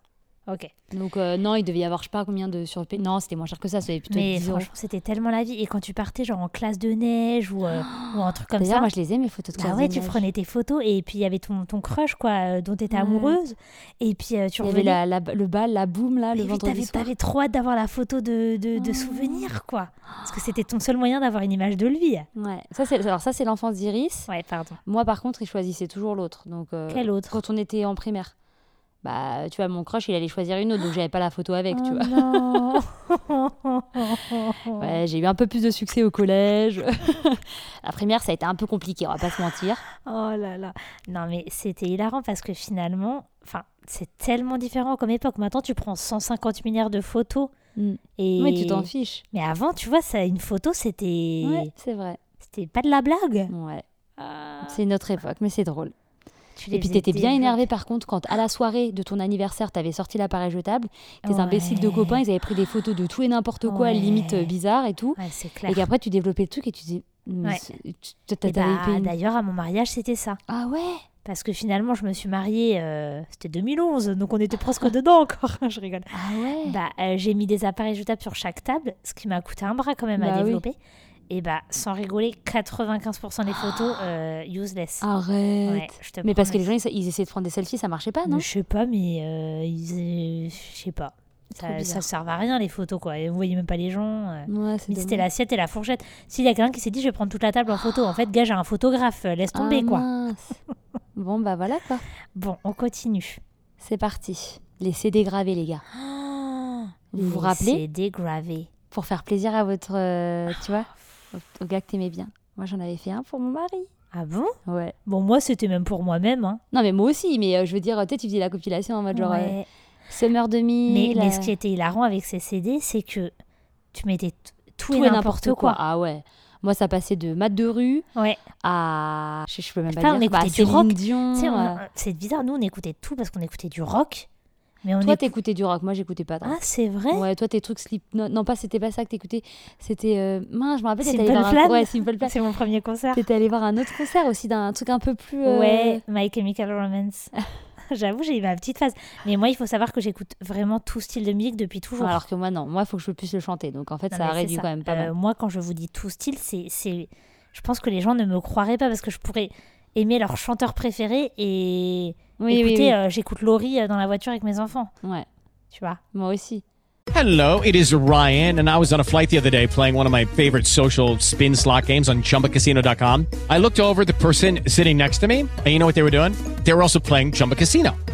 [SPEAKER 2] ok.
[SPEAKER 3] Donc euh, non, il devait y avoir je sais pas combien de sur Non, c'était moins cher que ça, c'était plutôt
[SPEAKER 2] Mais
[SPEAKER 3] 10 euros.
[SPEAKER 2] franchement, c'était tellement la vie. Et quand tu partais, genre en classe de neige ou,
[SPEAKER 3] <gasps>
[SPEAKER 2] euh, ou un truc comme
[SPEAKER 3] D'ailleurs,
[SPEAKER 2] ça.
[SPEAKER 3] moi je les ai mes photos de
[SPEAKER 2] Bah
[SPEAKER 3] classe
[SPEAKER 2] ouais,
[SPEAKER 3] de
[SPEAKER 2] tu
[SPEAKER 3] nage.
[SPEAKER 2] prenais tes photos et puis il y avait ton, ton crush quoi, euh, dont t'étais
[SPEAKER 3] Ouais.
[SPEAKER 2] amoureuse. Et puis euh, tu
[SPEAKER 3] Il y avait
[SPEAKER 2] revenais.
[SPEAKER 3] la- la- le bal, la boum là,
[SPEAKER 2] Mais
[SPEAKER 3] le
[SPEAKER 2] oui,
[SPEAKER 3] vendredi
[SPEAKER 2] t'avais,
[SPEAKER 3] soir.
[SPEAKER 2] t'avais trop hâte d'avoir la photo de, de, de
[SPEAKER 3] Oh.
[SPEAKER 2] souvenir quoi. Parce que c'était ton seul moyen d'avoir une image de lui.
[SPEAKER 3] Ouais. Ça c'est alors ça c'est l'enfance d'Iris.
[SPEAKER 2] Ouais, pardon.
[SPEAKER 3] Moi par contre, il choisissait toujours l'autre. Donc euh,
[SPEAKER 2] Quel autre
[SPEAKER 3] quand on était en primaire. Bah tu vois mon crush, il allait choisir une autre donc j'avais pas la photo avec, tu vois.
[SPEAKER 2] Ah Oh
[SPEAKER 3] <laughs>
[SPEAKER 2] <laughs> non.
[SPEAKER 3] Ouais, j'ai eu un peu plus de succès au collège. <laughs> la primaire, ça a été un peu compliqué, on va pas se mentir.
[SPEAKER 2] Oh là là. Non mais c'était hilarant parce que finalement, enfin, c'est tellement différent comme époque. Maintenant, tu prends 150 milliards de photos
[SPEAKER 3] Mm.
[SPEAKER 2] et
[SPEAKER 3] Mais tu t'en fiches.
[SPEAKER 2] Mais avant, tu vois, ça une photo, c'était
[SPEAKER 3] Ouais, Mm. c'est vrai.
[SPEAKER 2] c'était pas de la blague. Ah.
[SPEAKER 3] Ouais. C'est notre époque, mais c'est drôle.
[SPEAKER 2] Tu
[SPEAKER 3] Et puis
[SPEAKER 2] faisais
[SPEAKER 3] t'étais bien
[SPEAKER 2] développer.
[SPEAKER 3] énervé par contre quand à la soirée de ton anniversaire t'avais sorti l'appareil jetable, tes
[SPEAKER 2] Ouais.
[SPEAKER 3] imbéciles de copains ils avaient pris des photos de tout et n'importe quoi,
[SPEAKER 2] Ouais.
[SPEAKER 3] limite euh, bizarre et tout,
[SPEAKER 2] Ouais, c'est
[SPEAKER 3] et
[SPEAKER 2] clair.
[SPEAKER 3] qu'après tu développais le truc et tu disais, mais
[SPEAKER 2] Ouais.
[SPEAKER 3] c'est- tu- t'as-
[SPEAKER 2] Et
[SPEAKER 3] t'avais
[SPEAKER 2] bah,
[SPEAKER 3] fait une-
[SPEAKER 2] D'ailleurs, à mon mariage, c'était ça.
[SPEAKER 3] ah ouais,
[SPEAKER 2] Parce que finalement, je me suis mariée, euh, c'était 2011, donc on était
[SPEAKER 3] <laughs>
[SPEAKER 2] presque dedans encore. <laughs> je rigole.
[SPEAKER 3] ah ouais,
[SPEAKER 2] Bah, euh, j'ai mis des appareils jetables sur chaque table, ce qui m'a coûté un bras quand même
[SPEAKER 3] Bah
[SPEAKER 2] à
[SPEAKER 3] oui.
[SPEAKER 2] développer. Et bah, sans rigoler, 95% des photos euh, useless.
[SPEAKER 3] Oh. arrête.
[SPEAKER 2] Ouais, je te
[SPEAKER 3] Mais parce que les
[SPEAKER 2] promets.
[SPEAKER 3] gens ils, ils essayaient de prendre des selfies, ça marchait pas, non
[SPEAKER 2] Je sais pas, mais euh, ils, euh, je sais pas. Ça,
[SPEAKER 3] Trop bizarre.
[SPEAKER 2] euh, ça sert à rien les photos quoi. Et vous voyez même pas les gens. euh.
[SPEAKER 3] Ouais, c'est
[SPEAKER 2] Mais c'était
[SPEAKER 3] dommage.
[SPEAKER 2] l'assiette et la fourchette. S'il y a quelqu'un qui s'est dit je vais prendre toute la table en photo, en fait, gage à un photographe, euh, laisse
[SPEAKER 3] Ah,
[SPEAKER 2] tomber quoi.
[SPEAKER 3] mince. bon bah voilà quoi,
[SPEAKER 2] Bon, on continue.
[SPEAKER 3] c'est parti. Les CD gravés les gars, vous vous
[SPEAKER 2] Les
[SPEAKER 3] rappelez
[SPEAKER 2] CD gravés.
[SPEAKER 3] pour faire plaisir à votre, euh, tu vois, au, au gars que t'aimais bien. Moi j'en avais fait un pour mon mari.
[SPEAKER 2] Ah bon
[SPEAKER 3] Ouais.
[SPEAKER 2] Bon, moi, c'était même pour moi-même. Hein.
[SPEAKER 3] Non, mais moi aussi, mais euh, je veux dire, tu sais, tu faisais la compilation en mode genre euh,
[SPEAKER 2] Ouais.
[SPEAKER 3] Summer 2000.
[SPEAKER 2] mais, mais ce
[SPEAKER 3] euh,
[SPEAKER 2] qui était hilarant avec ces CD, c'est que tu mettais t- tout,
[SPEAKER 3] tout
[SPEAKER 2] et n'importe quoi.
[SPEAKER 3] Ah ouais. Moi, ça passait de Matt de rue
[SPEAKER 2] Ouais.
[SPEAKER 3] à. Je, je peux même pas
[SPEAKER 2] Putain, on
[SPEAKER 3] dire. bah,
[SPEAKER 2] écoutait du
[SPEAKER 3] Céline
[SPEAKER 2] rock.
[SPEAKER 3] Dion.
[SPEAKER 2] Tu sais, on-
[SPEAKER 3] euh.
[SPEAKER 2] C'est bizarre, nous, on écoutait tout parce qu'on écoutait du rock. Mais on
[SPEAKER 3] Toi,
[SPEAKER 2] écoutait...
[SPEAKER 3] t'écoutais du rock. Moi, j'écoutais pas. tant.
[SPEAKER 2] Ah, c'est vrai
[SPEAKER 3] ouais, toi, tes trucs slip. Non, non, pas, c'était pas ça que t'écoutais. C'était. euh, Mince, je me rappelle, t'étais
[SPEAKER 2] Simple
[SPEAKER 3] allé voir un.
[SPEAKER 2] Plan
[SPEAKER 3] Ouais, Simple Plan.
[SPEAKER 2] C'est mon premier concert.
[SPEAKER 3] T'étais allé voir un autre concert aussi d'un truc un peu plus. euh,
[SPEAKER 2] Ouais, My Chemical
[SPEAKER 3] <laughs>
[SPEAKER 2] Romance. J'avoue, j'ai eu ma petite phase. Mais moi, il faut savoir que j'écoute vraiment tout style de musique depuis toujours.
[SPEAKER 3] Alors que moi, non. Moi, faut que je puisse le chanter. Donc, en fait,
[SPEAKER 2] Non,
[SPEAKER 3] ça a
[SPEAKER 2] mais c'est
[SPEAKER 3] réduit
[SPEAKER 2] ça.
[SPEAKER 3] quand même pas mal.
[SPEAKER 2] Euh, moi, quand je vous dis tout style, c'est, c'est, je pense que les gens ne me croiraient pas parce que je pourrais aimer leur chanteur préféré et
[SPEAKER 3] Oui, oui,
[SPEAKER 2] écouter.
[SPEAKER 3] oui.
[SPEAKER 2] euh, j'écoute Laurie euh, dans la voiture avec mes enfants,
[SPEAKER 3] Ouais.
[SPEAKER 2] tu vois.
[SPEAKER 3] Moi aussi.
[SPEAKER 4] Hello, it is Ryan, and I was on a flight the other day playing one of my favorite social spin slot games on chumbacasino.com. I looked over at the person sitting next to me, and you know what they were doing? They were also playing Chumba Casino.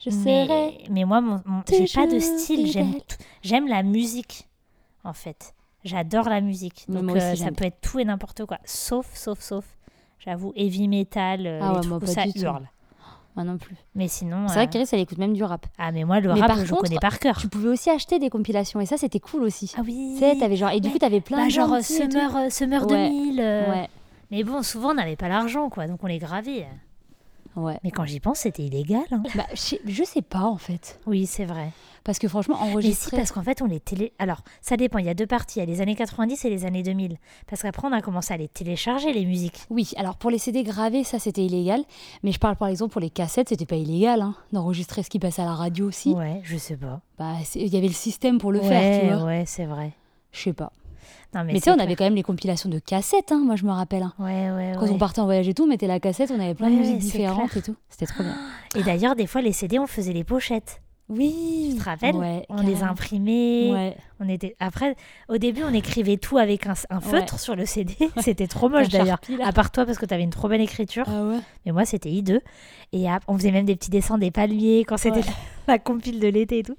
[SPEAKER 3] Je serai.
[SPEAKER 2] Mais, mais moi, mon, mon- j'ai pas de
[SPEAKER 3] toujours
[SPEAKER 2] style. J'aime,
[SPEAKER 3] fidèle.
[SPEAKER 2] tout- j'aime la musique, en fait. J'adore la musique.
[SPEAKER 3] Mais
[SPEAKER 2] Donc
[SPEAKER 3] moi aussi,
[SPEAKER 2] euh, ça
[SPEAKER 3] j'aime
[SPEAKER 2] peut être tout et n'importe quoi, sauf, sauf, sauf. J'avoue, heavy metal, euh,
[SPEAKER 3] Ah
[SPEAKER 2] les
[SPEAKER 3] ouais,
[SPEAKER 2] trucs
[SPEAKER 3] moi
[SPEAKER 2] où
[SPEAKER 3] pas
[SPEAKER 2] ça
[SPEAKER 3] du tout.
[SPEAKER 2] hurle.
[SPEAKER 3] Moi non plus.
[SPEAKER 2] Mais sinon,
[SPEAKER 3] C'est
[SPEAKER 2] euh,
[SPEAKER 3] vrai qu'Iris, elle écoute même du rap.
[SPEAKER 2] ah mais moi le
[SPEAKER 3] Mais
[SPEAKER 2] rap,
[SPEAKER 3] par
[SPEAKER 2] je
[SPEAKER 3] contre,
[SPEAKER 2] connais par cœur.
[SPEAKER 3] Tu pouvais aussi acheter des compilations et ça c'était cool aussi.
[SPEAKER 2] Ah oui.
[SPEAKER 3] Tu sais, t'avais genre et du
[SPEAKER 2] Ouais.
[SPEAKER 3] coup t'avais plein
[SPEAKER 2] Bah,
[SPEAKER 3] de
[SPEAKER 2] genre
[SPEAKER 3] gens
[SPEAKER 2] euh,
[SPEAKER 3] dessus et tout.
[SPEAKER 2] Summer, euh, Summer
[SPEAKER 3] Ouais.
[SPEAKER 2] 2000. euh,
[SPEAKER 3] Ouais,
[SPEAKER 2] Mais bon, souvent on n'avait pas l'argent, quoi, donc on les gravait.
[SPEAKER 3] ouais.
[SPEAKER 2] Mais quand j'y pense, c'était illégal. hein.
[SPEAKER 3] Bah, je, sais, je sais pas en fait,
[SPEAKER 2] Oui, c'est vrai.
[SPEAKER 3] parce que franchement
[SPEAKER 2] Mais si,
[SPEAKER 3] enregistrer.
[SPEAKER 2] parce qu'en fait, on les télé. Alors, ça dépend, il y a deux parties, il y a les années 90 et les années 2000. Parce qu'après, on a commencé à les télécharger, les musiques.
[SPEAKER 3] Oui, alors pour les CD gravés ça c'était illégal, mais je parle par exemple pour les cassettes c'était pas illégal hein, d'enregistrer ce qui passait à la radio aussi.
[SPEAKER 2] Ouais, je sais pas.
[SPEAKER 3] Bah c'est- il y avait le système pour le
[SPEAKER 2] ouais,
[SPEAKER 3] faire, tu vois.
[SPEAKER 2] ouais, c'est vrai.
[SPEAKER 3] Je sais pas.
[SPEAKER 2] Non,
[SPEAKER 3] Mais, tu sais on avait quand même les compilations de cassettes, hein, moi je me rappelle. hein.
[SPEAKER 2] Ouais, ouais,
[SPEAKER 3] Quand on
[SPEAKER 2] ouais.
[SPEAKER 3] partait en voyage et tout, on mettait la cassette, on avait plein de
[SPEAKER 2] Ouais,
[SPEAKER 3] musiques
[SPEAKER 2] ouais, c'est
[SPEAKER 3] différentes et tout. C'était trop bien.
[SPEAKER 2] Et d'ailleurs, des fois, les CD, on faisait les pochettes.
[SPEAKER 3] Oui.
[SPEAKER 2] Tu te rappelles
[SPEAKER 3] Ouais,
[SPEAKER 2] On les
[SPEAKER 3] carrément.
[SPEAKER 2] imprimait.
[SPEAKER 3] Ouais.
[SPEAKER 2] On était... Après, au début, on écrivait tout avec un, un feutre sur le CD. <laughs> C'était trop moche
[SPEAKER 3] Un
[SPEAKER 2] d'ailleurs.
[SPEAKER 3] Sharpie, là.
[SPEAKER 2] À part toi, parce que t'avais une trop belle écriture.
[SPEAKER 3] Ah ouais.
[SPEAKER 2] Mais moi, c'était hideux. Et ap- on faisait même des petits dessins des palmiers quand c'était
[SPEAKER 3] Ouais.
[SPEAKER 2] <laughs> la compile de l'été et tout.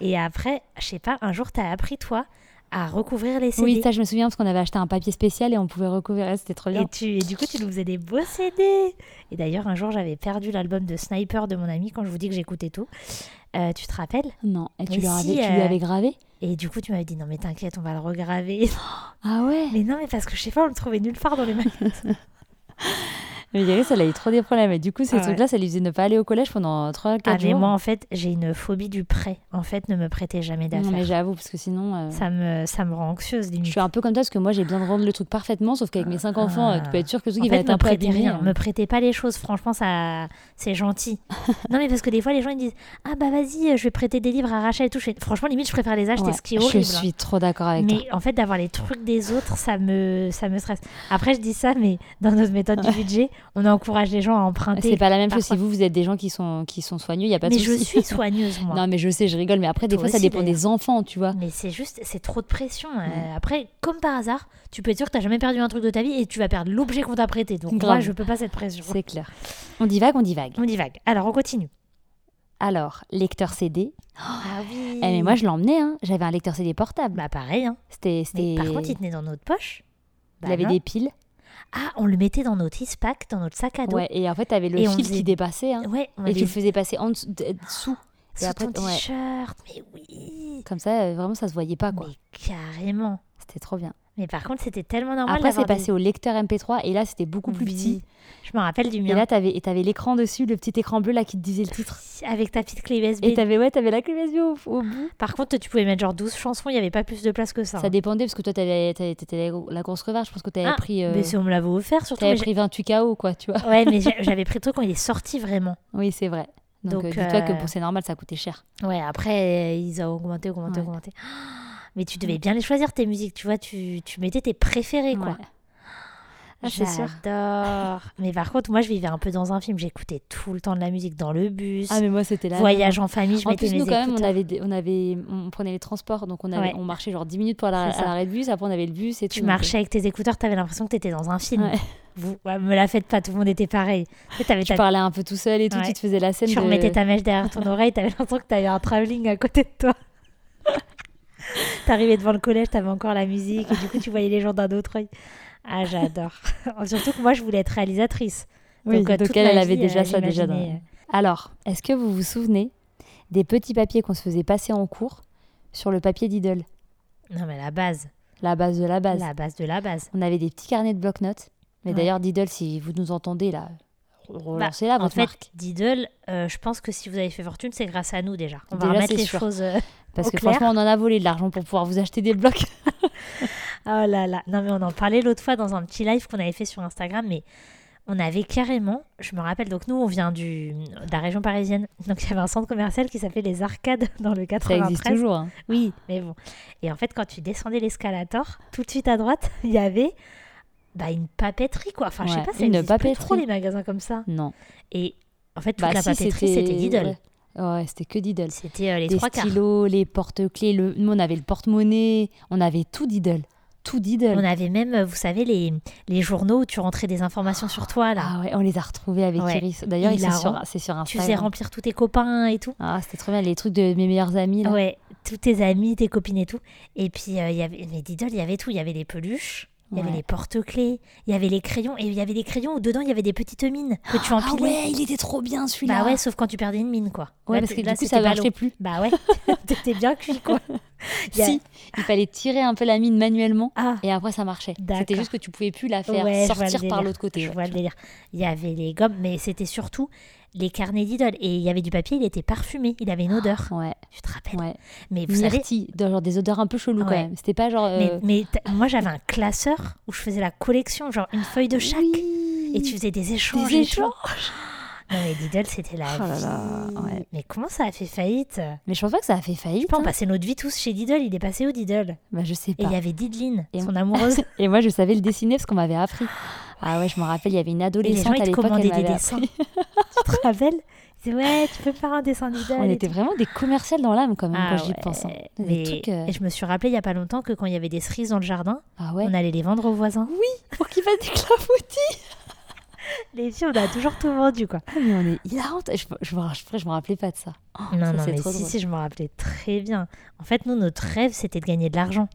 [SPEAKER 2] Et après, je sais pas, un jour, t'as appris, toi, à recouvrir les CD.
[SPEAKER 3] Oui, ça je me souviens parce qu'on avait acheté un papier spécial et on pouvait recouvrir, c'était trop bien.
[SPEAKER 2] et, tu, et du coup, tu nous faisais des beaux CD. Et d'ailleurs, un jour, j'avais perdu l'album de Sniper de mon ami quand je vous dis que j'écoutais tout. Euh, tu te rappelles
[SPEAKER 3] Non, et tu,
[SPEAKER 2] Mais
[SPEAKER 3] leur
[SPEAKER 2] si,
[SPEAKER 3] avais- tu lui
[SPEAKER 2] euh,
[SPEAKER 3] avais gravé
[SPEAKER 2] Et du coup, tu m'avais dit non, mais t'inquiète, on va le regraver. <laughs>
[SPEAKER 3] Ah ouais
[SPEAKER 2] mais non, mais parce que je sais pas, on le trouvait nulle part dans les magasins.
[SPEAKER 3] Mais Iris, elle a eu trop des problèmes. Et du coup, ces
[SPEAKER 2] Ah ouais.
[SPEAKER 3] trucs-là, ça lui faisait ne pas aller au collège pendant 3-4
[SPEAKER 2] Ah, mais
[SPEAKER 3] jours.
[SPEAKER 2] moi, en fait, j'ai une phobie du prêt. En fait, ne me prêtez jamais
[SPEAKER 3] non, mais
[SPEAKER 2] d'affaires.
[SPEAKER 3] j'avoue, parce que sinon. euh,
[SPEAKER 2] Ça me, ça me rend anxieuse,
[SPEAKER 3] Je
[SPEAKER 2] limite.
[SPEAKER 3] suis un peu comme toi parce que moi j'ai besoin de rendre le truc parfaitement, sauf qu'avec mes cinq enfants, euh, tu peux être sûr que le truc
[SPEAKER 2] En
[SPEAKER 3] il va
[SPEAKER 2] fait,
[SPEAKER 3] être
[SPEAKER 2] me
[SPEAKER 3] un peu
[SPEAKER 2] prêtez
[SPEAKER 3] abîmé,
[SPEAKER 2] rien,
[SPEAKER 3] hein.
[SPEAKER 2] me prêtez pas les choses. Franchement, ça, c'est
[SPEAKER 3] <laughs>
[SPEAKER 2] gentil. non, mais parce que des fois, les gens ils disent ah bah vas-y, euh, je vais prêter des livres à Rachel et tout. Je fais, Franchement, limite, je préfère les acheter,
[SPEAKER 3] Ouais,
[SPEAKER 2] ce qui est horrible.
[SPEAKER 3] Je suis trop d'accord avec toi.
[SPEAKER 2] Mais en fait, d'avoir les trucs des autres, ça me, ça me stresse. Après, je dis ça, mais dans notre méthode du budget, on encourage les gens à emprunter.
[SPEAKER 3] C'est pas la même chose
[SPEAKER 2] parfois.
[SPEAKER 3] si vous, vous êtes des gens qui sont, qui sont soigneux, il n'y a pas de
[SPEAKER 2] Mais je
[SPEAKER 3] souci.
[SPEAKER 2] suis
[SPEAKER 3] <laughs>
[SPEAKER 2] soigneuse, moi.
[SPEAKER 3] Non, mais je sais, je rigole, mais après, des
[SPEAKER 2] Toi
[SPEAKER 3] fois, ça
[SPEAKER 2] aussi,
[SPEAKER 3] dépend
[SPEAKER 2] d'ailleurs.
[SPEAKER 3] des enfants, tu vois.
[SPEAKER 2] Mais c'est juste, c'est trop de pression. Euh, Après, comme par hasard, tu peux être sûr que t'as jamais perdu un truc de ta vie et tu vas perdre l'objet qu'on t'a prêté. Donc moi,
[SPEAKER 3] Grave.
[SPEAKER 2] je peux pas cette pression.
[SPEAKER 3] C'est clair. On divague, on divague.
[SPEAKER 2] On divague. Alors, on continue.
[SPEAKER 3] Alors, lecteur CD.
[SPEAKER 2] Ah oui.
[SPEAKER 3] Eh, mais moi, je l'emmenais, hein. J'avais un lecteur CD portable.
[SPEAKER 2] bah pareil. Hein.
[SPEAKER 3] C'était.
[SPEAKER 2] Mais
[SPEAKER 3] c'était-
[SPEAKER 2] par contre, il tenait dans notre poche.
[SPEAKER 3] il avait
[SPEAKER 2] Bah non.
[SPEAKER 3] des piles.
[SPEAKER 2] Ah, on le mettait dans notre pack, dans notre sac à dos.
[SPEAKER 3] Ouais, et en fait, t'avais le
[SPEAKER 2] Et on
[SPEAKER 3] fil
[SPEAKER 2] faisait-
[SPEAKER 3] qui dépassait, hein.
[SPEAKER 2] Ouais, on
[SPEAKER 3] et
[SPEAKER 2] les-
[SPEAKER 3] tu le faisais passer en dessous. d- dessous. Et
[SPEAKER 2] sous
[SPEAKER 3] après,
[SPEAKER 2] ton
[SPEAKER 3] ouais.
[SPEAKER 2] t-shirt. Mais oui.
[SPEAKER 3] Comme ça, euh, vraiment, ça se voyait pas, quoi.
[SPEAKER 2] Mais carrément.
[SPEAKER 3] C'était trop bien.
[SPEAKER 2] Mais par contre, c'était tellement normal.
[SPEAKER 3] Après, c'est
[SPEAKER 2] d'avoir
[SPEAKER 3] passé
[SPEAKER 2] des-
[SPEAKER 3] au lecteur MP3, et là, c'était beaucoup plus
[SPEAKER 2] Oui.
[SPEAKER 3] petit.
[SPEAKER 2] Je me rappelle du
[SPEAKER 3] Et
[SPEAKER 2] mien.
[SPEAKER 3] là, t'avais et t'avais l'écran dessus, le petit écran bleu, là, qui te disait le titre.
[SPEAKER 2] Avec ta petite clé USB.
[SPEAKER 3] Et t'avais ouais, t'avais la clé USB au, au bout.
[SPEAKER 2] Par contre, tu pouvais mettre genre 12 chansons, il n'y avait pas plus de place que ça.
[SPEAKER 3] Ça
[SPEAKER 2] hein.
[SPEAKER 3] dépendait parce que toi t'avais t'avais- t'étais la, la grosse revanche. Je pense que t'avais
[SPEAKER 2] Ah,
[SPEAKER 3] pris euh,
[SPEAKER 2] Mais si on me l'avait offert, surtout.
[SPEAKER 3] t'avais
[SPEAKER 2] mais j'ai-
[SPEAKER 3] pris 28 KO quoi, tu vois.
[SPEAKER 2] Ouais, mais j'ai- j'avais pris le truc quand il est sorti vraiment.
[SPEAKER 3] Oui, c'est vrai. Donc,
[SPEAKER 2] Donc,
[SPEAKER 3] euh, dis-toi que
[SPEAKER 2] euh,
[SPEAKER 3] bon, c'est normal, ça coûtait cher.
[SPEAKER 2] Ouais, après, euh, ils ont augmenté, augmenté,
[SPEAKER 3] Ouais. Mm.
[SPEAKER 2] augmenté. <gasps> Mais tu devais bien les choisir, tes musiques, tu vois, tu, tu mettais tes préférés, quoi.
[SPEAKER 3] Ouais. Ah, c'est sûr. <laughs>
[SPEAKER 2] J'adore. mais par contre, moi, je vivais un peu dans un film. J'écoutais tout le temps de la musique dans le bus,
[SPEAKER 3] Ah mais moi c'était là.
[SPEAKER 2] voyage en famille, je
[SPEAKER 3] En
[SPEAKER 2] mettais
[SPEAKER 3] plus
[SPEAKER 2] mes
[SPEAKER 3] nous quand même on
[SPEAKER 2] écouteurs.
[SPEAKER 3] avait des- on avait on prenait les transports donc on avait-
[SPEAKER 2] Ouais.
[SPEAKER 3] on marchait genre 10 minutes pour aller à,
[SPEAKER 2] C'est
[SPEAKER 3] à
[SPEAKER 2] ça.
[SPEAKER 3] l'arrêt de bus après on avait le bus et tout.
[SPEAKER 2] Tu
[SPEAKER 3] donc, euh,
[SPEAKER 2] marchais avec tes écouteurs, t'avais l'impression que t'étais dans un film.
[SPEAKER 3] Ouais.
[SPEAKER 2] Vous, ouais, me la faites pas, tout le monde était pareil. Tu sais, t'avais
[SPEAKER 3] Tu
[SPEAKER 2] ta-
[SPEAKER 3] parlais un peu tout seul et tout,
[SPEAKER 2] Ouais.
[SPEAKER 3] tu te faisais la scène.
[SPEAKER 2] tu
[SPEAKER 3] de-
[SPEAKER 2] remettais ta mèche derrière
[SPEAKER 3] <laughs>
[SPEAKER 2] ton oreille, t'avais l'impression que t'avais un travelling à côté de toi. T'arrivais devant le collège, t'avais encore la musique, et du coup, tu voyais les gens d'un autre œil. Ah, j'adore. <laughs> Surtout que moi, je voulais être réalisatrice.
[SPEAKER 3] Oui,
[SPEAKER 2] euh,
[SPEAKER 3] donc
[SPEAKER 2] toute
[SPEAKER 3] elle,
[SPEAKER 2] ma
[SPEAKER 3] elle avait
[SPEAKER 2] vie,
[SPEAKER 3] déjà
[SPEAKER 2] euh,
[SPEAKER 3] ça déjà dans-
[SPEAKER 2] j'imaginais,
[SPEAKER 3] Alors, est-ce que vous vous souvenez des petits papiers qu'on se faisait passer en cours sur le papier d'idole,
[SPEAKER 2] euh, Non, mais la base,
[SPEAKER 3] la base de la base
[SPEAKER 2] la base de la base.
[SPEAKER 3] On avait des petits carnets de bloc-notes. Mais
[SPEAKER 2] Ouais. Bah,
[SPEAKER 3] d'ailleurs, Diddle, si vous nous entendez là, relancez là
[SPEAKER 2] en
[SPEAKER 3] Ah, votre
[SPEAKER 2] fait,
[SPEAKER 3] marque.
[SPEAKER 2] Diddle, euh, je pense que si vous avez fait fortune, c'est grâce à nous déjà. On
[SPEAKER 3] Déjà,
[SPEAKER 2] va remettre
[SPEAKER 3] c'est
[SPEAKER 2] les
[SPEAKER 3] sûr.
[SPEAKER 2] choses. euh,
[SPEAKER 3] Parce
[SPEAKER 2] au
[SPEAKER 3] que
[SPEAKER 2] clair.
[SPEAKER 3] franchement, on en a volé de l'argent pour pouvoir vous acheter des blocs. <laughs>
[SPEAKER 2] Oh là là, non mais on en parlait l'autre fois dans un petit live qu'on avait fait sur Instagram, mais on avait carrément, je me rappelle, donc nous on vient du, de la région parisienne, donc il y avait un centre commercial qui s'appelait les Arcades <laughs> dans le
[SPEAKER 3] Ça
[SPEAKER 2] 93.
[SPEAKER 3] existe toujours. hein.
[SPEAKER 2] Oui, mais bon. Et en fait quand tu descendais l'escalator, tout de suite à droite, <laughs> il y avait bah, une papeterie quoi. Enfin je sais
[SPEAKER 3] Ouais,
[SPEAKER 2] pas, ça
[SPEAKER 3] une
[SPEAKER 2] existe plus trop
[SPEAKER 3] papeterie.
[SPEAKER 2] les magasins comme ça.
[SPEAKER 3] Non.
[SPEAKER 2] Et en fait toute
[SPEAKER 3] Bah,
[SPEAKER 2] la
[SPEAKER 3] si,
[SPEAKER 2] papeterie c'était Diddle.
[SPEAKER 3] Ouais, Ouais, c'était que Diddle.
[SPEAKER 2] C'était euh, les
[SPEAKER 3] Les
[SPEAKER 2] trois quarts.
[SPEAKER 3] stylos, les porte-clés, le... nous on avait le porte-monnaie, on avait tout Diddle. Tout Diddle.
[SPEAKER 2] On avait même, euh, vous savez, les, les journaux où tu rentrais des informations sur toi là.
[SPEAKER 3] Ah ouais, on les a retrouvés avec
[SPEAKER 2] Ouais.
[SPEAKER 3] Iris. D'ailleurs, ils sont
[SPEAKER 2] Hilarant.
[SPEAKER 3] sur... c'est sur
[SPEAKER 2] tu
[SPEAKER 3] Instagram.
[SPEAKER 2] faisais remplir tous tes copains et tout.
[SPEAKER 3] Ah, c'était trop bien, les trucs de mes meilleurs amis. Là.
[SPEAKER 2] Ouais, tous tes amis, tes copines et tout. Et puis, euh, il y avait, mais Diddle, il y avait tout. Il y avait les peluches, il y avait
[SPEAKER 3] Ouais.
[SPEAKER 2] les porte-clés, il y avait les crayons. Et il y avait des crayons où dedans, il y avait des petites mines que tu
[SPEAKER 3] Ah
[SPEAKER 2] empilais.
[SPEAKER 3] ouais, il était trop bien celui-là.
[SPEAKER 2] bah ouais, sauf quand tu perdais une mine, quoi.
[SPEAKER 3] Ouais,
[SPEAKER 2] Là,
[SPEAKER 3] parce que
[SPEAKER 2] t-
[SPEAKER 3] du
[SPEAKER 2] là,
[SPEAKER 3] coup,
[SPEAKER 2] c'était
[SPEAKER 3] ça
[SPEAKER 2] pas
[SPEAKER 3] marchait
[SPEAKER 2] l'eau.
[SPEAKER 3] plus.
[SPEAKER 2] Bah ouais, <laughs> t'étais bien cuit,
[SPEAKER 3] <laughs>
[SPEAKER 2] quoi. Il y a-
[SPEAKER 3] Si, il fallait tirer un peu la mine manuellement
[SPEAKER 2] Ah,
[SPEAKER 3] et après ça marchait. C'était
[SPEAKER 2] D'accord.
[SPEAKER 3] juste que tu pouvais plus la faire
[SPEAKER 2] Ouais, je vois le
[SPEAKER 3] sortir par
[SPEAKER 2] délire.
[SPEAKER 3] l'autre côté.
[SPEAKER 2] je
[SPEAKER 3] ouais.
[SPEAKER 2] vois le délire. Il y avait les gommes, mais c'était surtout les carnets Diddle. Et il y avait du papier, il était parfumé, il avait une odeur.
[SPEAKER 3] Ah, Ouais,
[SPEAKER 2] Tu te rappelles
[SPEAKER 3] ouais.
[SPEAKER 2] Mais vous savez,
[SPEAKER 3] Myrtille, dans- genre des odeurs un peu cheloues quand
[SPEAKER 2] Ouais.
[SPEAKER 3] même. C'était pas genre.
[SPEAKER 2] Mais,
[SPEAKER 3] euh,
[SPEAKER 2] mais t- moi j'avais un classeur où je faisais la collection, genre une feuille de chaque.
[SPEAKER 3] oui.
[SPEAKER 2] Et tu faisais des échanges.
[SPEAKER 3] Des
[SPEAKER 2] et tout. Non mais Lidl c'était la
[SPEAKER 3] Oh là
[SPEAKER 2] vie.
[SPEAKER 3] là, ouais.
[SPEAKER 2] Mais comment ça a fait faillite
[SPEAKER 3] Mais je pense pas que ça a fait
[SPEAKER 2] Je
[SPEAKER 3] faillite.
[SPEAKER 2] pense
[SPEAKER 3] hein.
[SPEAKER 2] on passait notre vie tous chez Lidl, il est passé au Lidl.
[SPEAKER 3] Bah, je sais
[SPEAKER 2] Et il
[SPEAKER 3] pas.
[SPEAKER 2] y avait Didline,
[SPEAKER 3] Et-
[SPEAKER 2] son
[SPEAKER 3] <laughs>
[SPEAKER 2] amoureuse.
[SPEAKER 3] Et moi je savais le dessiner parce qu'on
[SPEAKER 2] <gasps>
[SPEAKER 3] m'avait appris. Ah ouais, je me rappelle, il y avait une
[SPEAKER 2] et les gens
[SPEAKER 3] adolescente
[SPEAKER 2] ils
[SPEAKER 3] à
[SPEAKER 2] te
[SPEAKER 3] l'époque. elle
[SPEAKER 2] commandaient des
[SPEAKER 3] m'avait
[SPEAKER 2] dessins.
[SPEAKER 3] appris.
[SPEAKER 2] <laughs> tu te rappelles Ils disaient ouais tu peux faire un dessin Lidl.
[SPEAKER 3] On
[SPEAKER 2] et
[SPEAKER 3] était
[SPEAKER 2] tout.
[SPEAKER 3] vraiment des commerciales dans l'âme quand même
[SPEAKER 2] Ah
[SPEAKER 3] quand j'y
[SPEAKER 2] ouais,
[SPEAKER 3] pense. hein. Des
[SPEAKER 2] Mais...
[SPEAKER 3] trucs, euh,
[SPEAKER 2] Et je me suis rappelé il y a pas longtemps que quand il y avait des cerises dans le jardin,
[SPEAKER 3] Ah ouais.
[SPEAKER 2] on allait les vendre aux voisins.
[SPEAKER 3] Pour qu'il fasse des clafoutis.
[SPEAKER 2] Les filles on a toujours tout vendu quoi.
[SPEAKER 3] Ah, mais on est hilarante. Je, je, me- je- je me rappelais pas de ça. Oh,
[SPEAKER 2] Non,
[SPEAKER 3] ça,
[SPEAKER 2] non,
[SPEAKER 3] c'est
[SPEAKER 2] mais
[SPEAKER 3] trop
[SPEAKER 2] si,
[SPEAKER 3] drôle.
[SPEAKER 2] si, je me rappelais très bien. En fait, nous, notre rêve, c'était de gagner de l'argent.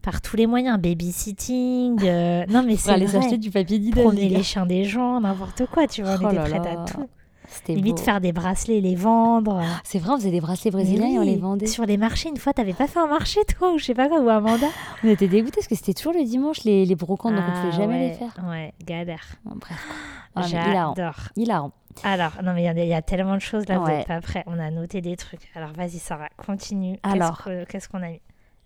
[SPEAKER 2] Par tous les moyens, babysitting. euh,
[SPEAKER 3] <laughs>
[SPEAKER 2] Non, mais
[SPEAKER 3] Pour
[SPEAKER 2] c'est
[SPEAKER 3] aller
[SPEAKER 2] vrai.
[SPEAKER 3] s'acheter du papier d'idole.
[SPEAKER 2] Promener
[SPEAKER 3] les gars.
[SPEAKER 2] les chiens des gens, n'importe quoi, tu vois, on
[SPEAKER 3] Oh
[SPEAKER 2] était
[SPEAKER 3] là
[SPEAKER 2] prêtes
[SPEAKER 3] là,
[SPEAKER 2] à tout.
[SPEAKER 3] C'était
[SPEAKER 2] Limite
[SPEAKER 3] beau.
[SPEAKER 2] faire des bracelets, et les vendre.
[SPEAKER 3] C'est vrai, on faisait des bracelets
[SPEAKER 2] Mais
[SPEAKER 3] brésiliens et on
[SPEAKER 2] oui,
[SPEAKER 3] les vendait.
[SPEAKER 2] Sur les marchés, une fois, t'avais pas fait un marché, toi, ou je sais pas quoi, ou un mandat.
[SPEAKER 3] On était dégoûtés parce que c'était toujours le dimanche les, les brocantes, donc Oh, on
[SPEAKER 2] Ah,
[SPEAKER 3] pouvait jamais
[SPEAKER 2] ouais,
[SPEAKER 3] les faire.
[SPEAKER 2] Ouais, galère.
[SPEAKER 3] Bon, bref. Ah, mais hilarant.
[SPEAKER 2] J'adore.
[SPEAKER 3] Hilarant.
[SPEAKER 2] Alors, non, mais il y a des- il y, a tellement de choses là, vous
[SPEAKER 3] Ouais.
[SPEAKER 2] n'êtes pas prêts. On a noté des trucs. Alors, vas-y, Sarah, continue.
[SPEAKER 3] Alors.
[SPEAKER 2] Qu'est-ce que- qu'est-ce qu'on a mis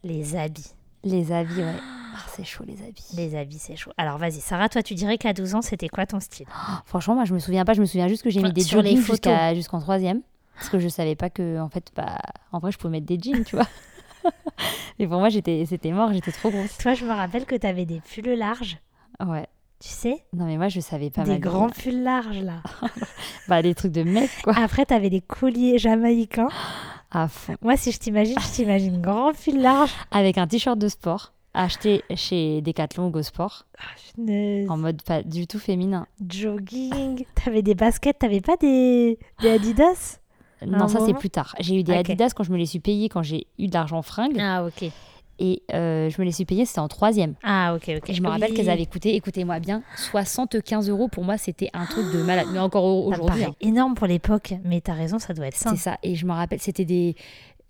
[SPEAKER 2] Les habits.
[SPEAKER 3] Les habits, ouais. Ah, c'est chaud, les habits.
[SPEAKER 2] Les habits, c'est chaud. Alors, vas-y, Sarah, toi, tu dirais qu'à 12 ans, c'était quoi ton style
[SPEAKER 3] Franchement, moi, je me souviens pas. Je me souviens juste que j'ai mis des
[SPEAKER 2] Sur les
[SPEAKER 3] joggings
[SPEAKER 2] photos.
[SPEAKER 3] jusqu'à- jusqu'en troisième. Parce que je savais pas que, en fait, bah, en vrai, je pouvais mettre des jeans, tu vois. <laughs> Mais pour moi, j'étais, c'était mort, j'étais trop grosse.
[SPEAKER 2] Toi, je me rappelle que tu avais des pulls larges,
[SPEAKER 3] Ouais.
[SPEAKER 2] tu sais
[SPEAKER 3] Non, mais moi, je savais pas
[SPEAKER 2] Des
[SPEAKER 3] m'habiller.
[SPEAKER 2] grands pulls larges,
[SPEAKER 3] <laughs>
[SPEAKER 2] là.
[SPEAKER 3] Bah, des trucs de mec,
[SPEAKER 2] <laughs>
[SPEAKER 3] quoi.
[SPEAKER 2] Après, tu avais des colliers jamaïcains.
[SPEAKER 3] À fond.
[SPEAKER 2] Moi, si je t'imagine, je t'imagine grand pull large.
[SPEAKER 3] Avec un t-shirt de sport, acheté chez Decathlon ou Go Sport,
[SPEAKER 2] Ah, punaise.
[SPEAKER 3] en mode pas du tout féminin.
[SPEAKER 2] Jogging. T'avais des baskets, t'avais pas des, des Adidas
[SPEAKER 3] Non,
[SPEAKER 2] un
[SPEAKER 3] ça, c'est
[SPEAKER 2] moment.
[SPEAKER 3] plus tard. J'ai eu des
[SPEAKER 2] Ok.
[SPEAKER 3] Adidas quand je me les suis payés, quand j'ai eu de l'argent fringue.
[SPEAKER 2] Ah, ok.
[SPEAKER 3] Et euh, je me les suis payés, c'était en troisième.
[SPEAKER 2] Ah, ok, ok.
[SPEAKER 3] Et je me rappelle
[SPEAKER 2] Oui.
[SPEAKER 3] qu'elles avaient coûté, écoutez-moi bien, 75 euros. Pour moi, c'était un truc de malade. Mais encore au-
[SPEAKER 2] Ça me
[SPEAKER 3] aujourd'hui,
[SPEAKER 2] paraît énorme pour l'époque, mais t'as raison, ça doit être ça.
[SPEAKER 3] hein, c'est ça. Et je me rappelle, c'était des.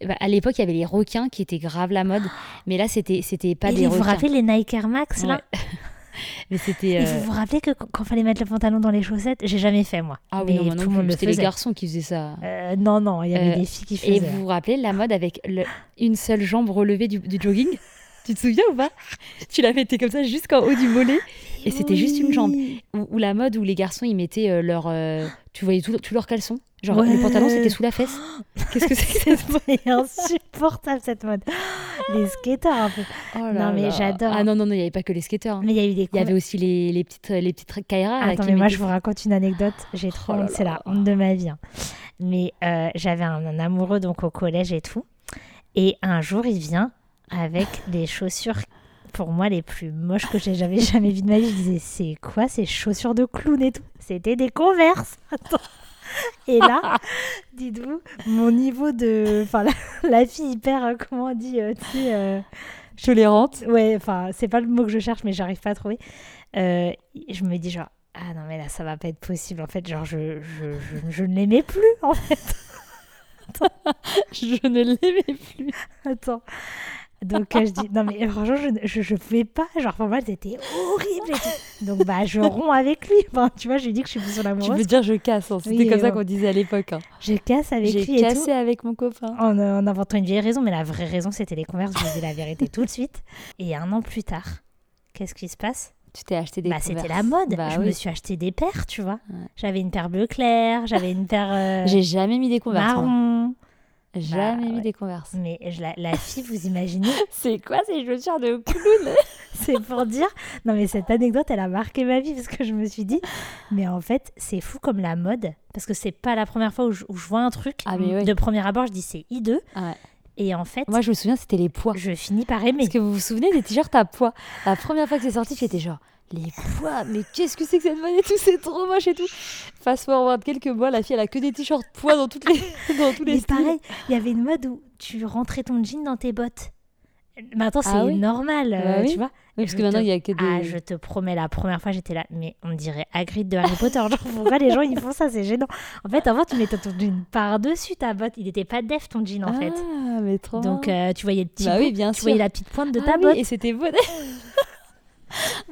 [SPEAKER 3] bah, à l'époque, il y avait les requins qui étaient grave la mode. Mais là, c'était c'était pas
[SPEAKER 2] Ah. Et
[SPEAKER 3] des
[SPEAKER 2] vous vous
[SPEAKER 3] requins.
[SPEAKER 2] rappelez les Nike Air Max là
[SPEAKER 3] Ouais. <laughs> mais c'était.
[SPEAKER 2] Et
[SPEAKER 3] euh,
[SPEAKER 2] vous vous rappelez que qu- quand fallait mettre le pantalon dans les chaussettes, j'ai jamais fait moi.
[SPEAKER 3] Ah
[SPEAKER 2] mais
[SPEAKER 3] oui, non, moi non
[SPEAKER 2] tout le
[SPEAKER 3] plus,
[SPEAKER 2] monde le
[SPEAKER 3] C'était les
[SPEAKER 2] faisait.
[SPEAKER 3] garçons qui faisaient ça.
[SPEAKER 2] Euh, non, non, il y avait
[SPEAKER 3] Euh,
[SPEAKER 2] des filles qui faisaient.
[SPEAKER 3] Et vous vous rappelez la mode avec le- une seule jambe relevée du, du jogging Tu te souviens ou pas Tu la mettais comme ça jusqu'en haut du mollet et c'était juste une
[SPEAKER 2] <laughs>
[SPEAKER 3] jambe.
[SPEAKER 2] Oui.
[SPEAKER 3] Ou, ou la mode où les garçons ils mettaient euh, leur. euh, tu voyais tout, tout leur caleçon. Genre le
[SPEAKER 2] Ouais.
[SPEAKER 3] pantalon c'était sous la fesse. Qu'est-ce que c'est que cette mode
[SPEAKER 2] C'est insupportable cette mode. <gasps> Les skateurs un peu.
[SPEAKER 3] Oh
[SPEAKER 2] Non, mais j'adore.
[SPEAKER 3] Ah non, non, non, il n'y avait pas que les skateurs. hein.
[SPEAKER 2] Mais il y a eu des
[SPEAKER 3] Il y avait aussi les, les petites, les petites Kaira. là,
[SPEAKER 2] Attends,
[SPEAKER 3] qui Oh
[SPEAKER 2] mais moi,
[SPEAKER 3] mettaient-
[SPEAKER 2] je vous raconte une anecdote. J'ai trop honte, c'est la honte de ma vie. hein. Mais euh, j'avais un, un amoureux donc au collège et tout. Et un jour, il vient
[SPEAKER 3] <laughs>
[SPEAKER 2] avec des chaussures, pour moi, les plus moches que j'ai jamais, jamais vues de ma vie. Je disais, c'est quoi ces chaussures de clown et tout C'était des converses. <laughs> Attends. Et
[SPEAKER 3] <laughs>
[SPEAKER 2] là, dites-vous, mon niveau de. Enfin, la, <laughs> la fille hyper, euh, comment on dit, euh, tu sais. euh,
[SPEAKER 3] Tolérante.
[SPEAKER 2] Ouais, enfin, c'est pas le mot que je cherche, mais j'arrive pas à trouver. Euh, je me dis genre, ah non, mais là, ça va pas être possible. En fait, genre, je, je, je, je ne l'aimais plus, en fait.
[SPEAKER 3] <laughs> Je ne l'aimais plus.
[SPEAKER 2] Attends. Donc, euh, je dis, non, mais franchement, je, ne- je, je pouvais pas. Genre, pour moi, c'était horrible. et tout. Donc, bah, je romps avec lui. Enfin, tu vois, je lui dis que je suis plus son
[SPEAKER 3] Tu peux
[SPEAKER 2] amoureuse.
[SPEAKER 3] dire je casse. hein. C'était
[SPEAKER 2] Oui,
[SPEAKER 3] comme ça
[SPEAKER 2] ouais.
[SPEAKER 3] qu'on disait à l'époque. hein.
[SPEAKER 2] Je casse avec
[SPEAKER 3] J'ai
[SPEAKER 2] lui et tout.
[SPEAKER 3] cassé avec mon copain.
[SPEAKER 2] En, euh, en inventant une vieille raison, mais la vraie raison, c'était les converses. Je vous dis la vérité tout de suite. Et un an plus tard, qu'est-ce qui se passe
[SPEAKER 3] Tu t'es acheté des
[SPEAKER 2] Bah, c'était la
[SPEAKER 3] Converse.
[SPEAKER 2] mode.
[SPEAKER 3] Bah
[SPEAKER 2] je
[SPEAKER 3] oui.
[SPEAKER 2] me suis acheté des paires, tu vois. J'avais une paire bleu clair, j'avais une paire euh,
[SPEAKER 3] <laughs> J'ai jamais mis des converses. moi.
[SPEAKER 2] marron.
[SPEAKER 3] Jamais
[SPEAKER 2] Bah,
[SPEAKER 3] mis
[SPEAKER 2] ouais. <laughs>
[SPEAKER 3] des converses.
[SPEAKER 2] Mais je- la, la fille, vous imaginez, <laughs>
[SPEAKER 3] C'est quoi ces chaussures de clown
[SPEAKER 2] c'est pour dire. Non, mais cette anecdote, elle a marqué ma vie parce que je me suis dit, mais en fait, c'est fou comme la mode parce que c'est pas la première fois où je, où je vois un truc.
[SPEAKER 3] Ah, mais ouais.
[SPEAKER 2] De premier abord, je dis c'est hideux.
[SPEAKER 3] Ah ouais.
[SPEAKER 2] Et en fait,
[SPEAKER 3] Moi, je me souviens, c'était les poids.
[SPEAKER 2] je finis par aimer.
[SPEAKER 3] Est-ce que vous vous souvenez des t-shirts à poids La première fois que c'est sorti, j'étais genre les poids, mais qu'est-ce que c'est que cette mode et tout C'est trop moche et tout. Fast forward quelques mois, la fille elle a que des t-shirts poids dans toutes les <laughs> dans tous les
[SPEAKER 2] Mais
[SPEAKER 3] styles.
[SPEAKER 2] pareil, il y avait une mode où tu rentrais ton jean dans tes bottes. Maintenant, c'est
[SPEAKER 3] Ah oui.
[SPEAKER 2] normal, euh,
[SPEAKER 3] Bah oui.
[SPEAKER 2] tu vois.
[SPEAKER 3] Oui, parce
[SPEAKER 2] Je
[SPEAKER 3] que maintenant
[SPEAKER 2] te-
[SPEAKER 3] il y a que des.
[SPEAKER 2] Ah, je te promets, la première fois j'étais là, mais on dirait Hagrid de Harry Potter. Genre, pourquoi les gens ils font ça C'est gênant. En fait, avant, tu mettais ton jean par-dessus ta botte. Il n'était pas def ton jean en fait.
[SPEAKER 3] Ah, mais trop.
[SPEAKER 2] Donc,
[SPEAKER 3] marrant.
[SPEAKER 2] euh, tu voyais le petit
[SPEAKER 3] Bah
[SPEAKER 2] bout,
[SPEAKER 3] oui, bien
[SPEAKER 2] tu
[SPEAKER 3] sûr.
[SPEAKER 2] voyais la petite pointe de
[SPEAKER 3] Ah
[SPEAKER 2] ta
[SPEAKER 3] oui,
[SPEAKER 2] botte.
[SPEAKER 3] et c'était beau.
[SPEAKER 2] <laughs>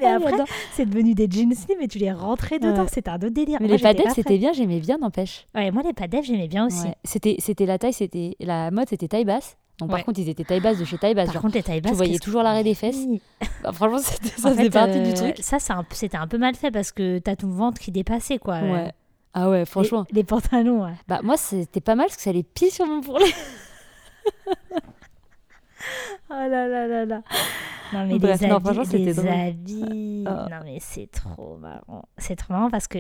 [SPEAKER 2] Mais
[SPEAKER 3] Ah,
[SPEAKER 2] après,
[SPEAKER 3] j'adore.
[SPEAKER 2] c'est devenu des jeans slim et tu les rentrais dedans.
[SPEAKER 3] Ouais.
[SPEAKER 2] C'était un autre délire.
[SPEAKER 3] Mais
[SPEAKER 2] Moi,
[SPEAKER 3] les
[SPEAKER 2] j'étais
[SPEAKER 3] padettes
[SPEAKER 2] pas
[SPEAKER 3] c'était bien, j'aimais bien, n'empêche.
[SPEAKER 2] fan. Ouais, moi, les padettes, j'aimais bien aussi.
[SPEAKER 3] Ouais. C'était c'était la taille, c'était la mode, c'était taille basse. Donc par
[SPEAKER 2] Ouais.
[SPEAKER 3] contre ils étaient taille basse de chez taille basse.
[SPEAKER 2] Par
[SPEAKER 3] genre,
[SPEAKER 2] contre, les tailles basses.
[SPEAKER 3] tu voyais
[SPEAKER 2] qu'est-ce
[SPEAKER 3] toujours l'arrêt des fesses.
[SPEAKER 2] que-
[SPEAKER 3] Bah, franchement <laughs> c'était- ça
[SPEAKER 2] En
[SPEAKER 3] faisait
[SPEAKER 2] fait,
[SPEAKER 3] partie
[SPEAKER 2] euh,
[SPEAKER 3] du truc.
[SPEAKER 2] Ça, c'est un- c'était un peu mal fait parce que t'as ton ventre qui dépassait, quoi. euh,
[SPEAKER 3] Ouais. Ah ouais,
[SPEAKER 2] les-
[SPEAKER 3] franchement.
[SPEAKER 2] Les, pantalons, ouais.
[SPEAKER 3] Bah moi c'était pas mal parce que ça allait pile sur mon bourrelet.
[SPEAKER 2] Oh là là là là. Non mais
[SPEAKER 3] Bref,
[SPEAKER 2] les
[SPEAKER 3] non,
[SPEAKER 2] habits,
[SPEAKER 3] franchement, c'était
[SPEAKER 2] les
[SPEAKER 3] drôle.
[SPEAKER 2] habits.
[SPEAKER 3] Ah.
[SPEAKER 2] Non mais c'est trop marrant. C'est trop marrant parce que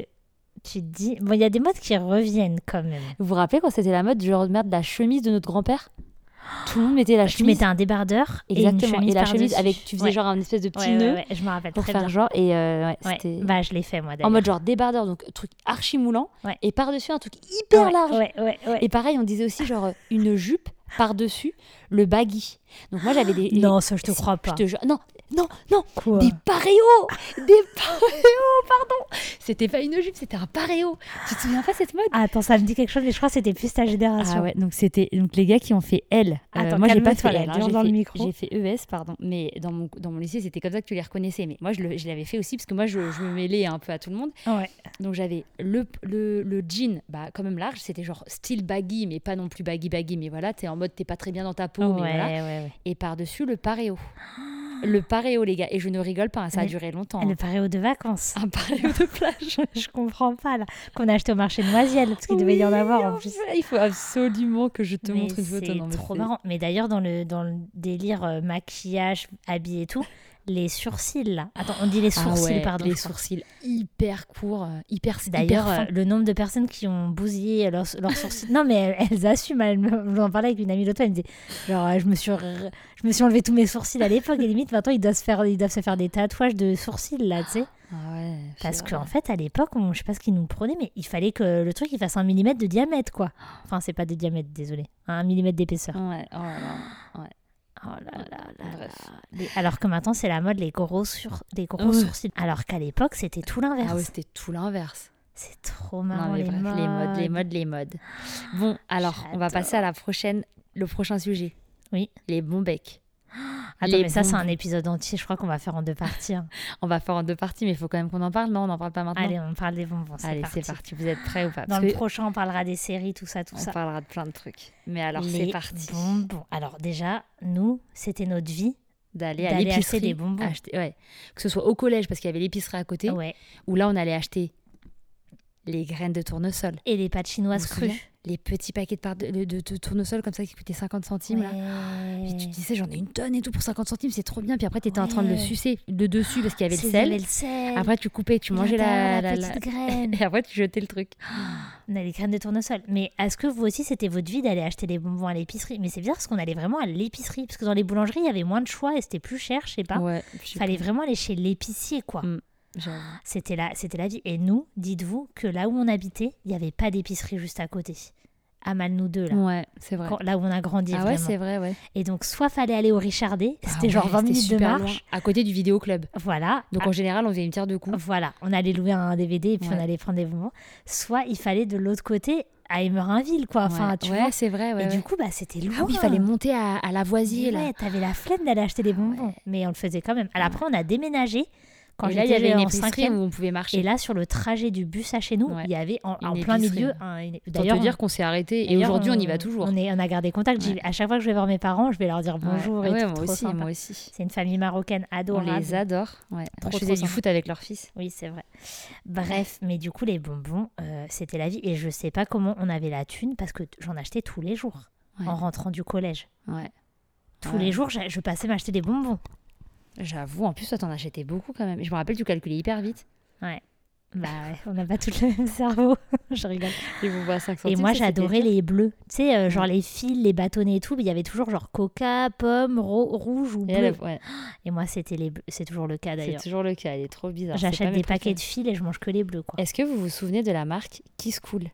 [SPEAKER 2] tu te dis bon, il y a des modes qui reviennent quand même.
[SPEAKER 3] Vous vous rappelez quand c'était la mode genre merde la chemise de notre grand-père Tout le monde mettait la
[SPEAKER 2] Tu
[SPEAKER 3] chemise.
[SPEAKER 2] mettais un débardeur et une
[SPEAKER 3] Exactement.
[SPEAKER 2] chemise
[SPEAKER 3] Et, la
[SPEAKER 2] par-dessus.
[SPEAKER 3] chemise avec tu faisais
[SPEAKER 2] Ouais.
[SPEAKER 3] genre un espèce de
[SPEAKER 2] Ouais,
[SPEAKER 3] petit
[SPEAKER 2] ouais,
[SPEAKER 3] nœud
[SPEAKER 2] ouais, je me rappelle
[SPEAKER 3] pour
[SPEAKER 2] très
[SPEAKER 3] faire
[SPEAKER 2] bien.
[SPEAKER 3] genre et euh, ouais,
[SPEAKER 2] Ouais,
[SPEAKER 3] c'était
[SPEAKER 2] bah je l'ai fait moi d'ailleurs.
[SPEAKER 3] en mode genre débardeur donc truc archi moulant
[SPEAKER 2] Ouais.
[SPEAKER 3] et par-dessus un truc hyper
[SPEAKER 2] Ouais,
[SPEAKER 3] large.
[SPEAKER 2] Ouais ouais ouais.
[SPEAKER 3] Et pareil, on disait aussi genre euh, une jupe par-dessus le baggy. Donc moi j'avais des
[SPEAKER 2] Non, ça, je te
[SPEAKER 3] Si,
[SPEAKER 2] crois pas.
[SPEAKER 3] Je te jure. Non, Non, non,
[SPEAKER 2] Quoi
[SPEAKER 3] des paréos Des paréos, pardon C'était pas une jupe, c'était un paréo. Tu te souviens pas cette mode
[SPEAKER 2] Ah, Attends, ça me dit quelque chose, mais je crois que c'était plus ta génération.
[SPEAKER 3] Ah ouais, donc c'était donc les gars qui ont fait L.
[SPEAKER 2] Attends,
[SPEAKER 3] moi j'ai pas
[SPEAKER 2] calme-toi,
[SPEAKER 3] fait
[SPEAKER 2] là,
[SPEAKER 3] L, hein,
[SPEAKER 2] dis-en
[SPEAKER 3] j'ai
[SPEAKER 2] dans le
[SPEAKER 3] fait-
[SPEAKER 2] micro.
[SPEAKER 3] J'ai fait ES, pardon. Mais dans mon, dans mon lycée, c'était comme ça que tu les reconnaissais. Mais moi, je, le- je l'avais fait aussi parce que moi, je, je me mêlais un peu à tout le monde.
[SPEAKER 2] Ouais.
[SPEAKER 3] Donc j'avais le, le, le jean, bah quand même large. C'était genre style baggy, mais pas non plus baggy baggy. Mais voilà, t'es en mode t'es pas très bien dans ta peau. Oh, Mais voilà.
[SPEAKER 2] ouais, ouais,
[SPEAKER 3] Et par-dessus le paréo. Le paréo, les gars. Et je ne rigole pas, hein, ça a
[SPEAKER 2] Le-
[SPEAKER 3] duré longtemps.
[SPEAKER 2] Le
[SPEAKER 3] hein.
[SPEAKER 2] paréo de vacances.
[SPEAKER 3] Un paréo de plage.
[SPEAKER 2] <laughs> je comprends pas là. Qu'on a acheté au marché de Noisiel, parce qu'il devait y en
[SPEAKER 3] Oui,
[SPEAKER 2] avoir en plus.
[SPEAKER 3] fait, Il faut absolument que je te
[SPEAKER 2] Mais
[SPEAKER 3] montre une photo. non,
[SPEAKER 2] C'est
[SPEAKER 3] mais
[SPEAKER 2] trop
[SPEAKER 3] c'est-
[SPEAKER 2] marrant. Mais d'ailleurs, dans le, dans le délire euh, maquillage, habillé et tout, les sourcils là. Attends, on dit les
[SPEAKER 3] Ah
[SPEAKER 2] sourcils,
[SPEAKER 3] ouais,
[SPEAKER 2] pardon.
[SPEAKER 3] Les
[SPEAKER 2] je crois.
[SPEAKER 3] sourcils hyper courts, euh, hyper hyper
[SPEAKER 2] D'ailleurs,
[SPEAKER 3] fins.
[SPEAKER 2] euh, le nombre de personnes qui ont bousillé leurs leurs sourcils. non, mais elles, elles assument. Elles me- J'en parlais avec une amie l'autre fois. Elle me disait Genre, euh, je me suis, re- je me suis enlevé tous mes sourcils à l'époque. Et limite, maintenant, ils doivent, se faire, ils doivent se faire des tatouages de sourcils, là, tu sais.
[SPEAKER 3] Ah ouais,
[SPEAKER 2] Parce
[SPEAKER 3] c'est
[SPEAKER 2] qu'en
[SPEAKER 3] vrai.
[SPEAKER 2] fait, à l'époque, on- je sais pas ce qu'ils nous prenaient, mais il fallait que le truc il fasse un millimètre de diamètre, quoi. Enfin, c'est pas des diamètres, désolé. Un millimètre d'épaisseur.
[SPEAKER 3] Ouais, oh là là, ouais.
[SPEAKER 2] Oh là là là
[SPEAKER 3] Bref.
[SPEAKER 2] là. Les- Alors que maintenant, c'est la mode, les gros, sur... les gros
[SPEAKER 3] Ouais.
[SPEAKER 2] sourcils. Alors qu'à l'époque, c'était tout l'inverse.
[SPEAKER 3] Ah ouais, c'était tout l'inverse.
[SPEAKER 2] C'est trop
[SPEAKER 3] Non,
[SPEAKER 2] marrant,
[SPEAKER 3] mais
[SPEAKER 2] les,
[SPEAKER 3] bref,
[SPEAKER 2] modes.
[SPEAKER 3] les modes, les modes, les modes. Bon, alors, on va passer à la prochaine, le prochain sujet.
[SPEAKER 2] Oui.
[SPEAKER 3] Les bons becs.
[SPEAKER 2] Attends,
[SPEAKER 3] les
[SPEAKER 2] mais ça, c'est
[SPEAKER 3] bons-
[SPEAKER 2] un épisode entier, je crois qu'on va faire en deux parties. hein.
[SPEAKER 3] On va faire en deux parties, mais il faut quand même qu'on en parle. Non, on n'en parle pas maintenant.
[SPEAKER 2] Allez, on parle des bonbons, c'est
[SPEAKER 3] Ah Allez,
[SPEAKER 2] parti.
[SPEAKER 3] c'est parti. Vous êtes prêts ou pas
[SPEAKER 2] Dans
[SPEAKER 3] Parce
[SPEAKER 2] le
[SPEAKER 3] que
[SPEAKER 2] prochain, on parlera des séries, tout ça, tout
[SPEAKER 3] On
[SPEAKER 2] ça.
[SPEAKER 3] parlera de plein de trucs. Mais alors, c'est
[SPEAKER 2] Les
[SPEAKER 3] parti.
[SPEAKER 2] bonbons. Alors déjà, nous, c'était notre vie.
[SPEAKER 3] D'aller à
[SPEAKER 2] d'aller acheter
[SPEAKER 3] l'épicerie.
[SPEAKER 2] des bonbons.
[SPEAKER 3] acheter- ouais. Que ce soit au collège, parce qu'il y avait l'épicerie à côté.
[SPEAKER 2] Ouais.
[SPEAKER 3] où là on allait acheter les graines de tournesol.
[SPEAKER 2] Et les pâtes chinoises
[SPEAKER 3] Vous vous souvenez
[SPEAKER 2] crues.
[SPEAKER 3] Les petits paquets de, par- de, de- de tournesol comme ça qui coûtaient 50 centimes. Là.
[SPEAKER 2] Ouais.
[SPEAKER 3] Et tu te disais j'en ai une tonne et tout pour 50 centimes, c'est trop bien. Puis après tu étais en train de le
[SPEAKER 2] Ouais.
[SPEAKER 3] sucer de dessus parce qu'il y avait
[SPEAKER 2] C'est-
[SPEAKER 3] le
[SPEAKER 2] il y
[SPEAKER 3] sel.
[SPEAKER 2] avait le sel.
[SPEAKER 3] Après tu coupais, tu
[SPEAKER 2] Et
[SPEAKER 3] mangeais
[SPEAKER 2] là-bas,
[SPEAKER 3] la, la, la-
[SPEAKER 2] petite graine.
[SPEAKER 3] <laughs> Et après tu jetais le truc.
[SPEAKER 2] <laughs> On a les graines de tournesol. Mais est-ce que vous aussi, c'était votre vie d'aller acheter des bonbons à l'épicerie Mais c'est bizarre parce qu'on allait vraiment à l'épicerie. Parce que dans les boulangeries, il y avait moins de choix et c'était plus cher, je sais pas.
[SPEAKER 3] Ouais, je sais
[SPEAKER 2] Fallait
[SPEAKER 3] pas,
[SPEAKER 2] vraiment aller chez l'épicier, quoi.
[SPEAKER 3] Mm. j'avoue.
[SPEAKER 2] C'était la, c'était la vie. Et nous, dites-vous que là où on habitait, il n'y avait pas d'épicerie juste à côté. À mal nous deux, là.
[SPEAKER 3] Ouais, c'est vrai.
[SPEAKER 2] Quand- là où on a grandi,
[SPEAKER 3] Ah ouais,
[SPEAKER 2] vraiment.
[SPEAKER 3] c'est vrai, ouais.
[SPEAKER 2] Et donc, soit fallait aller au Richardet,
[SPEAKER 3] Ah
[SPEAKER 2] c'était
[SPEAKER 3] ouais,
[SPEAKER 2] genre 20
[SPEAKER 3] c'était
[SPEAKER 2] minutes de
[SPEAKER 3] super
[SPEAKER 2] marche. Ah.
[SPEAKER 3] loin. À côté du vidéoclub.
[SPEAKER 2] Voilà.
[SPEAKER 3] Donc en général, on faisait une tire de coups.
[SPEAKER 2] Voilà, on allait louer un DVD et puis on
[SPEAKER 3] Mmh. Ouais.
[SPEAKER 2] allait prendre des bonbons. Soit il fallait de l'autre côté à Emerinville, quoi. Enfin,
[SPEAKER 3] ouais,
[SPEAKER 2] tu
[SPEAKER 3] Ouais,
[SPEAKER 2] vois.
[SPEAKER 3] c'est vrai, ouais.
[SPEAKER 2] et
[SPEAKER 3] ouais.
[SPEAKER 2] du coup, bah, c'était loin.
[SPEAKER 3] ah oui, il fallait monter à, à Lavoisier
[SPEAKER 2] Mais
[SPEAKER 3] là.
[SPEAKER 2] Ouais, t'avais la flemme d'aller acheter des bonbons. Mais on le faisait quand même. Alors après, on a déménagé. Quand
[SPEAKER 3] et là, il y
[SPEAKER 2] j'étais
[SPEAKER 3] avait une
[SPEAKER 2] en
[SPEAKER 3] épicerie
[SPEAKER 2] cinquième.
[SPEAKER 3] où on pouvait marcher.
[SPEAKER 2] Et là, sur le trajet du bus à chez nous,
[SPEAKER 3] Ouais.
[SPEAKER 2] il y avait en, en
[SPEAKER 3] Une
[SPEAKER 2] plein
[SPEAKER 3] épicerie.
[SPEAKER 2] milieu un- une-
[SPEAKER 3] Autant te dire
[SPEAKER 2] on-
[SPEAKER 3] qu'on s'est arrêté et
[SPEAKER 2] d'ailleurs, euh,
[SPEAKER 3] aujourd'hui on, y va toujours.
[SPEAKER 2] On, est, on a gardé contact. J'y
[SPEAKER 3] Ouais.
[SPEAKER 2] vais- À chaque fois que je vais voir mes parents, je vais leur dire bonjour
[SPEAKER 3] Ouais. Ah
[SPEAKER 2] et
[SPEAKER 3] Ouais,
[SPEAKER 2] tout,
[SPEAKER 3] moi
[SPEAKER 2] trop
[SPEAKER 3] aussi,
[SPEAKER 2] sympa.
[SPEAKER 3] moi aussi.
[SPEAKER 2] C'est une famille marocaine
[SPEAKER 3] On
[SPEAKER 2] adorable.
[SPEAKER 3] les adore. Ouais.
[SPEAKER 2] Trop,
[SPEAKER 3] je
[SPEAKER 2] trop
[SPEAKER 3] faisais du
[SPEAKER 2] sympa.
[SPEAKER 3] foot avec leur fils.
[SPEAKER 2] Oui, c'est vrai. Bref, mais du coup, les bonbons, euh, c'était la vie. Et je sais pas comment on avait la thune parce que t- j'en achetais tous les jours
[SPEAKER 3] Ouais.
[SPEAKER 2] en rentrant du collège.
[SPEAKER 3] Ouais.
[SPEAKER 2] Tous
[SPEAKER 3] Ouais.
[SPEAKER 2] les jours, j'a- je passais m'acheter des bonbons.
[SPEAKER 3] J'avoue, en plus toi t'en achetais beaucoup quand même. Je me rappelle tu calculais hyper vite. <laughs>
[SPEAKER 2] Bah ouais, on n'a pas tous le même cerveau. <laughs> je rigole.
[SPEAKER 3] Et vous voyez 5
[SPEAKER 2] Et
[SPEAKER 3] centimes,
[SPEAKER 2] moi,
[SPEAKER 3] ça, c'était
[SPEAKER 2] j'adorais
[SPEAKER 3] bien.
[SPEAKER 2] les bleus. Tu sais, euh, genre les fils, les bâtonnets et tout. Mais il y avait toujours genre coca, pomme, ro- rouge ou
[SPEAKER 3] Et elle,
[SPEAKER 2] bleu.
[SPEAKER 3] ouais,
[SPEAKER 2] Et moi, c'était les bleus. C'est toujours le cas
[SPEAKER 3] c'est
[SPEAKER 2] d'ailleurs.
[SPEAKER 3] toujours le cas, il est trop bizarre. c'est pas
[SPEAKER 2] J'achète
[SPEAKER 3] mes
[SPEAKER 2] des paquets
[SPEAKER 3] préférés.
[SPEAKER 2] de fils et je mange que les bleus, quoi.
[SPEAKER 3] Est-ce que vous vous souvenez de la marque Kiss Cool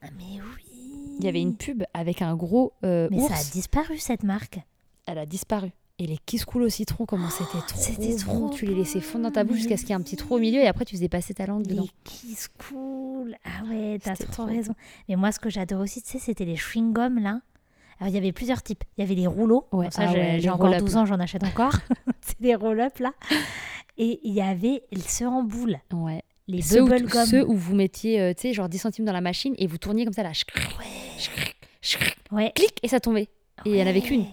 [SPEAKER 2] Ah, mais oui.
[SPEAKER 3] Il y avait une pub avec un gros euh,
[SPEAKER 2] Mais ça a
[SPEAKER 3] ours.
[SPEAKER 2] disparu cette marque.
[SPEAKER 3] Elle a disparu. Et les Kiss Cool au citron, comment c'était trop
[SPEAKER 2] c'était
[SPEAKER 3] bon.
[SPEAKER 2] trop
[SPEAKER 3] Tu les laissais fondre dans ta
[SPEAKER 2] bon,
[SPEAKER 3] bouche
[SPEAKER 2] mais
[SPEAKER 3] jusqu'à ce qu'il y ait un petit trou au milieu et après tu faisais passer ta langue dedans.
[SPEAKER 2] Les kiss cool. Ah ouais, t'as
[SPEAKER 3] C'était
[SPEAKER 2] trop,
[SPEAKER 3] trop
[SPEAKER 2] raison. Mais moi, ce que j'adore aussi, tu sais, c'était les chewing-gums, là. Alors, il y avait plusieurs types. Il y avait les rouleaux.
[SPEAKER 3] Ouais,
[SPEAKER 2] Bon, ça,
[SPEAKER 3] ah
[SPEAKER 2] j'ai-
[SPEAKER 3] ouais, les
[SPEAKER 2] j'ai encore
[SPEAKER 3] roll-up,
[SPEAKER 2] 12
[SPEAKER 3] là.
[SPEAKER 2] ans, j'en achète
[SPEAKER 3] <laughs>
[SPEAKER 2] encore. <laughs> c'est des roll-up, là. Et il y avait ceux en boule,
[SPEAKER 3] Ouais.
[SPEAKER 2] les
[SPEAKER 3] ceux où,
[SPEAKER 2] bubble gum.
[SPEAKER 3] ceux où vous mettiez, euh, tu sais, genre 10 centimes dans la machine et vous tourniez comme ça, là, chcric, chcric, chcric,
[SPEAKER 2] Ouais.
[SPEAKER 3] clic, et ça tombait. Et il n'y en avait
[SPEAKER 2] Ouais.
[SPEAKER 3] qu'une.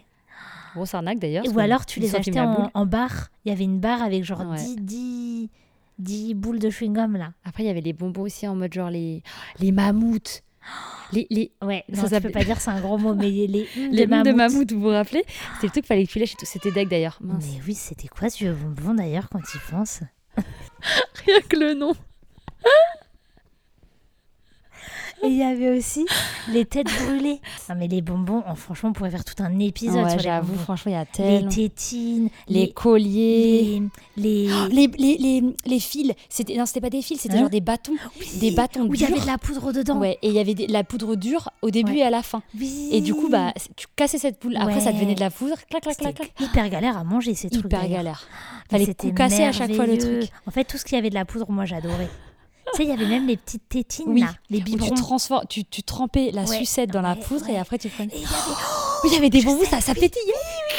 [SPEAKER 3] Grosse arnaque d'ailleurs. parce
[SPEAKER 2] Ou
[SPEAKER 3] que
[SPEAKER 2] alors, tu
[SPEAKER 3] 10
[SPEAKER 2] les
[SPEAKER 3] centimes
[SPEAKER 2] achetais
[SPEAKER 3] la
[SPEAKER 2] en,
[SPEAKER 3] boule.
[SPEAKER 2] en barre. Il y avait une barre avec genre
[SPEAKER 3] Ouais.
[SPEAKER 2] 10, 10, 10 boules de chewing-gum, là.
[SPEAKER 3] Après, il y avait les bonbons aussi en mode genre les, les mammouths. Les, les,
[SPEAKER 2] Ouais,
[SPEAKER 3] Ça
[SPEAKER 2] non, tu peux
[SPEAKER 3] s'appelait-
[SPEAKER 2] pas dire, c'est un gros mot, mais
[SPEAKER 3] <laughs>
[SPEAKER 2] les hum
[SPEAKER 3] les
[SPEAKER 2] de
[SPEAKER 3] mammouths. de
[SPEAKER 2] mammouth.
[SPEAKER 3] mammouth, vous vous rappelez C'était le truc qu'il fallait que tu lâches et tout. C'était deck d'ailleurs. Mince.
[SPEAKER 2] Mais oui, c'était quoi ce vieux bonbon, d'ailleurs, quand il pense
[SPEAKER 3] Ah Rien que le nom.
[SPEAKER 2] Et il y avait aussi les têtes brûlées. Non, mais les bonbons, oh, franchement, on pourrait faire tout un épisode
[SPEAKER 3] Ouais,
[SPEAKER 2] sur les
[SPEAKER 3] j'avoue,
[SPEAKER 2] bonbons.
[SPEAKER 3] franchement, il y a
[SPEAKER 2] Les
[SPEAKER 3] tellement.
[SPEAKER 2] tétines,
[SPEAKER 3] Les,
[SPEAKER 2] les,
[SPEAKER 3] colliers.
[SPEAKER 2] les, les-
[SPEAKER 3] Oh, Les, les, les, les fils. C'était, non, c'était pas des fils, c'était
[SPEAKER 2] Hein
[SPEAKER 3] genre des bâtons. Des bâtons
[SPEAKER 2] où il y
[SPEAKER 3] durs.
[SPEAKER 2] avait de la poudre dedans.
[SPEAKER 3] Ouais, et il y avait des- la poudre dure au début
[SPEAKER 2] Ouais.
[SPEAKER 3] et à la fin.
[SPEAKER 2] Oui.
[SPEAKER 3] Et du coup, bah, c- tu cassais cette boule. Après, ça devenait de la poudre. Clac, clac,
[SPEAKER 2] C'était
[SPEAKER 3] clac, clac.
[SPEAKER 2] hyper galère à manger ces trucs.
[SPEAKER 3] Hyper
[SPEAKER 2] d'ailleurs.
[SPEAKER 3] galère.
[SPEAKER 2] Mais
[SPEAKER 3] Fallait
[SPEAKER 2] c'était
[SPEAKER 3] tout casser à chaque fois le
[SPEAKER 2] merveilleux.
[SPEAKER 3] truc.
[SPEAKER 2] En fait, tout ce qui avait de la poudre, moi j'adorais. tu sais, il y avait même les petites tétines
[SPEAKER 3] Oui.
[SPEAKER 2] là, les
[SPEAKER 3] Où tu,
[SPEAKER 2] biberons.
[SPEAKER 3] transformes, tu, tu trempais la
[SPEAKER 2] Ouais,
[SPEAKER 3] sucette dans la
[SPEAKER 2] ouais,
[SPEAKER 3] poudre
[SPEAKER 2] ouais.
[SPEAKER 3] et après tu prenais.
[SPEAKER 2] Et il y avait
[SPEAKER 3] <gasps> Oui, il y avait des
[SPEAKER 2] Je
[SPEAKER 3] bonbons,
[SPEAKER 2] sais,
[SPEAKER 3] ça, ça
[SPEAKER 2] oui.
[SPEAKER 3] pétillait.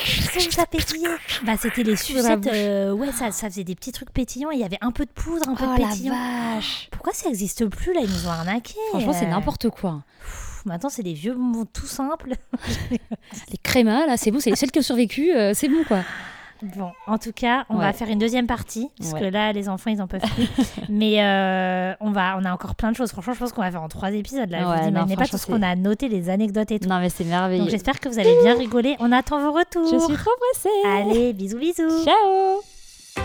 [SPEAKER 2] Ils sont ça pétillait. Bah, c'était les
[SPEAKER 3] la
[SPEAKER 2] sucettes.
[SPEAKER 3] bouche.
[SPEAKER 2] euh, ouais, ça, ça faisait des petits trucs pétillants. et Il y avait un peu de poudre, un peu
[SPEAKER 3] Oh
[SPEAKER 2] de pétillant.
[SPEAKER 3] la vache.
[SPEAKER 2] Pourquoi ça existe plus là Ils nous ont arnaqués.
[SPEAKER 3] Franchement, c'est
[SPEAKER 2] euh.
[SPEAKER 3] n'importe quoi.
[SPEAKER 2] Pff, Maintenant, c'est des vieux bonbons tout simples. <laughs>
[SPEAKER 3] Les crémas, là, c'est bon, c'est les seuls qui ont survécu, euh, c'est bon, quoi.
[SPEAKER 2] Bon, en tout cas, on
[SPEAKER 3] Ouais.
[SPEAKER 2] va faire une deuxième partie parce que
[SPEAKER 3] Ouais.
[SPEAKER 2] là, les enfants, ils en peuvent
[SPEAKER 3] <laughs>
[SPEAKER 2] plus. Mais euh, on va, on a encore plein de choses. Franchement, je pense qu'on va faire en trois épisodes là.
[SPEAKER 3] Ouais,
[SPEAKER 2] je vous
[SPEAKER 3] non,
[SPEAKER 2] imaginez pas tout
[SPEAKER 3] franchement,
[SPEAKER 2] ce qu'on a noté, les anecdotes et tout.
[SPEAKER 3] Non, mais c'est merveilleux.
[SPEAKER 2] Donc j'espère que vous allez bien rigoler. On attend vos retours.
[SPEAKER 3] Je suis trop pressée.
[SPEAKER 2] Allez, bisous, bisous.
[SPEAKER 3] Ciao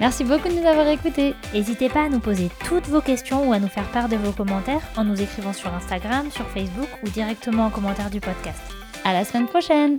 [SPEAKER 1] Merci beaucoup de nous avoir écoutés.
[SPEAKER 2] N'hésitez pas à nous poser toutes vos questions ou à nous faire part de vos commentaires en nous écrivant sur Instagram, sur Facebook ou directement en commentaire du podcast
[SPEAKER 1] À la semaine prochaine.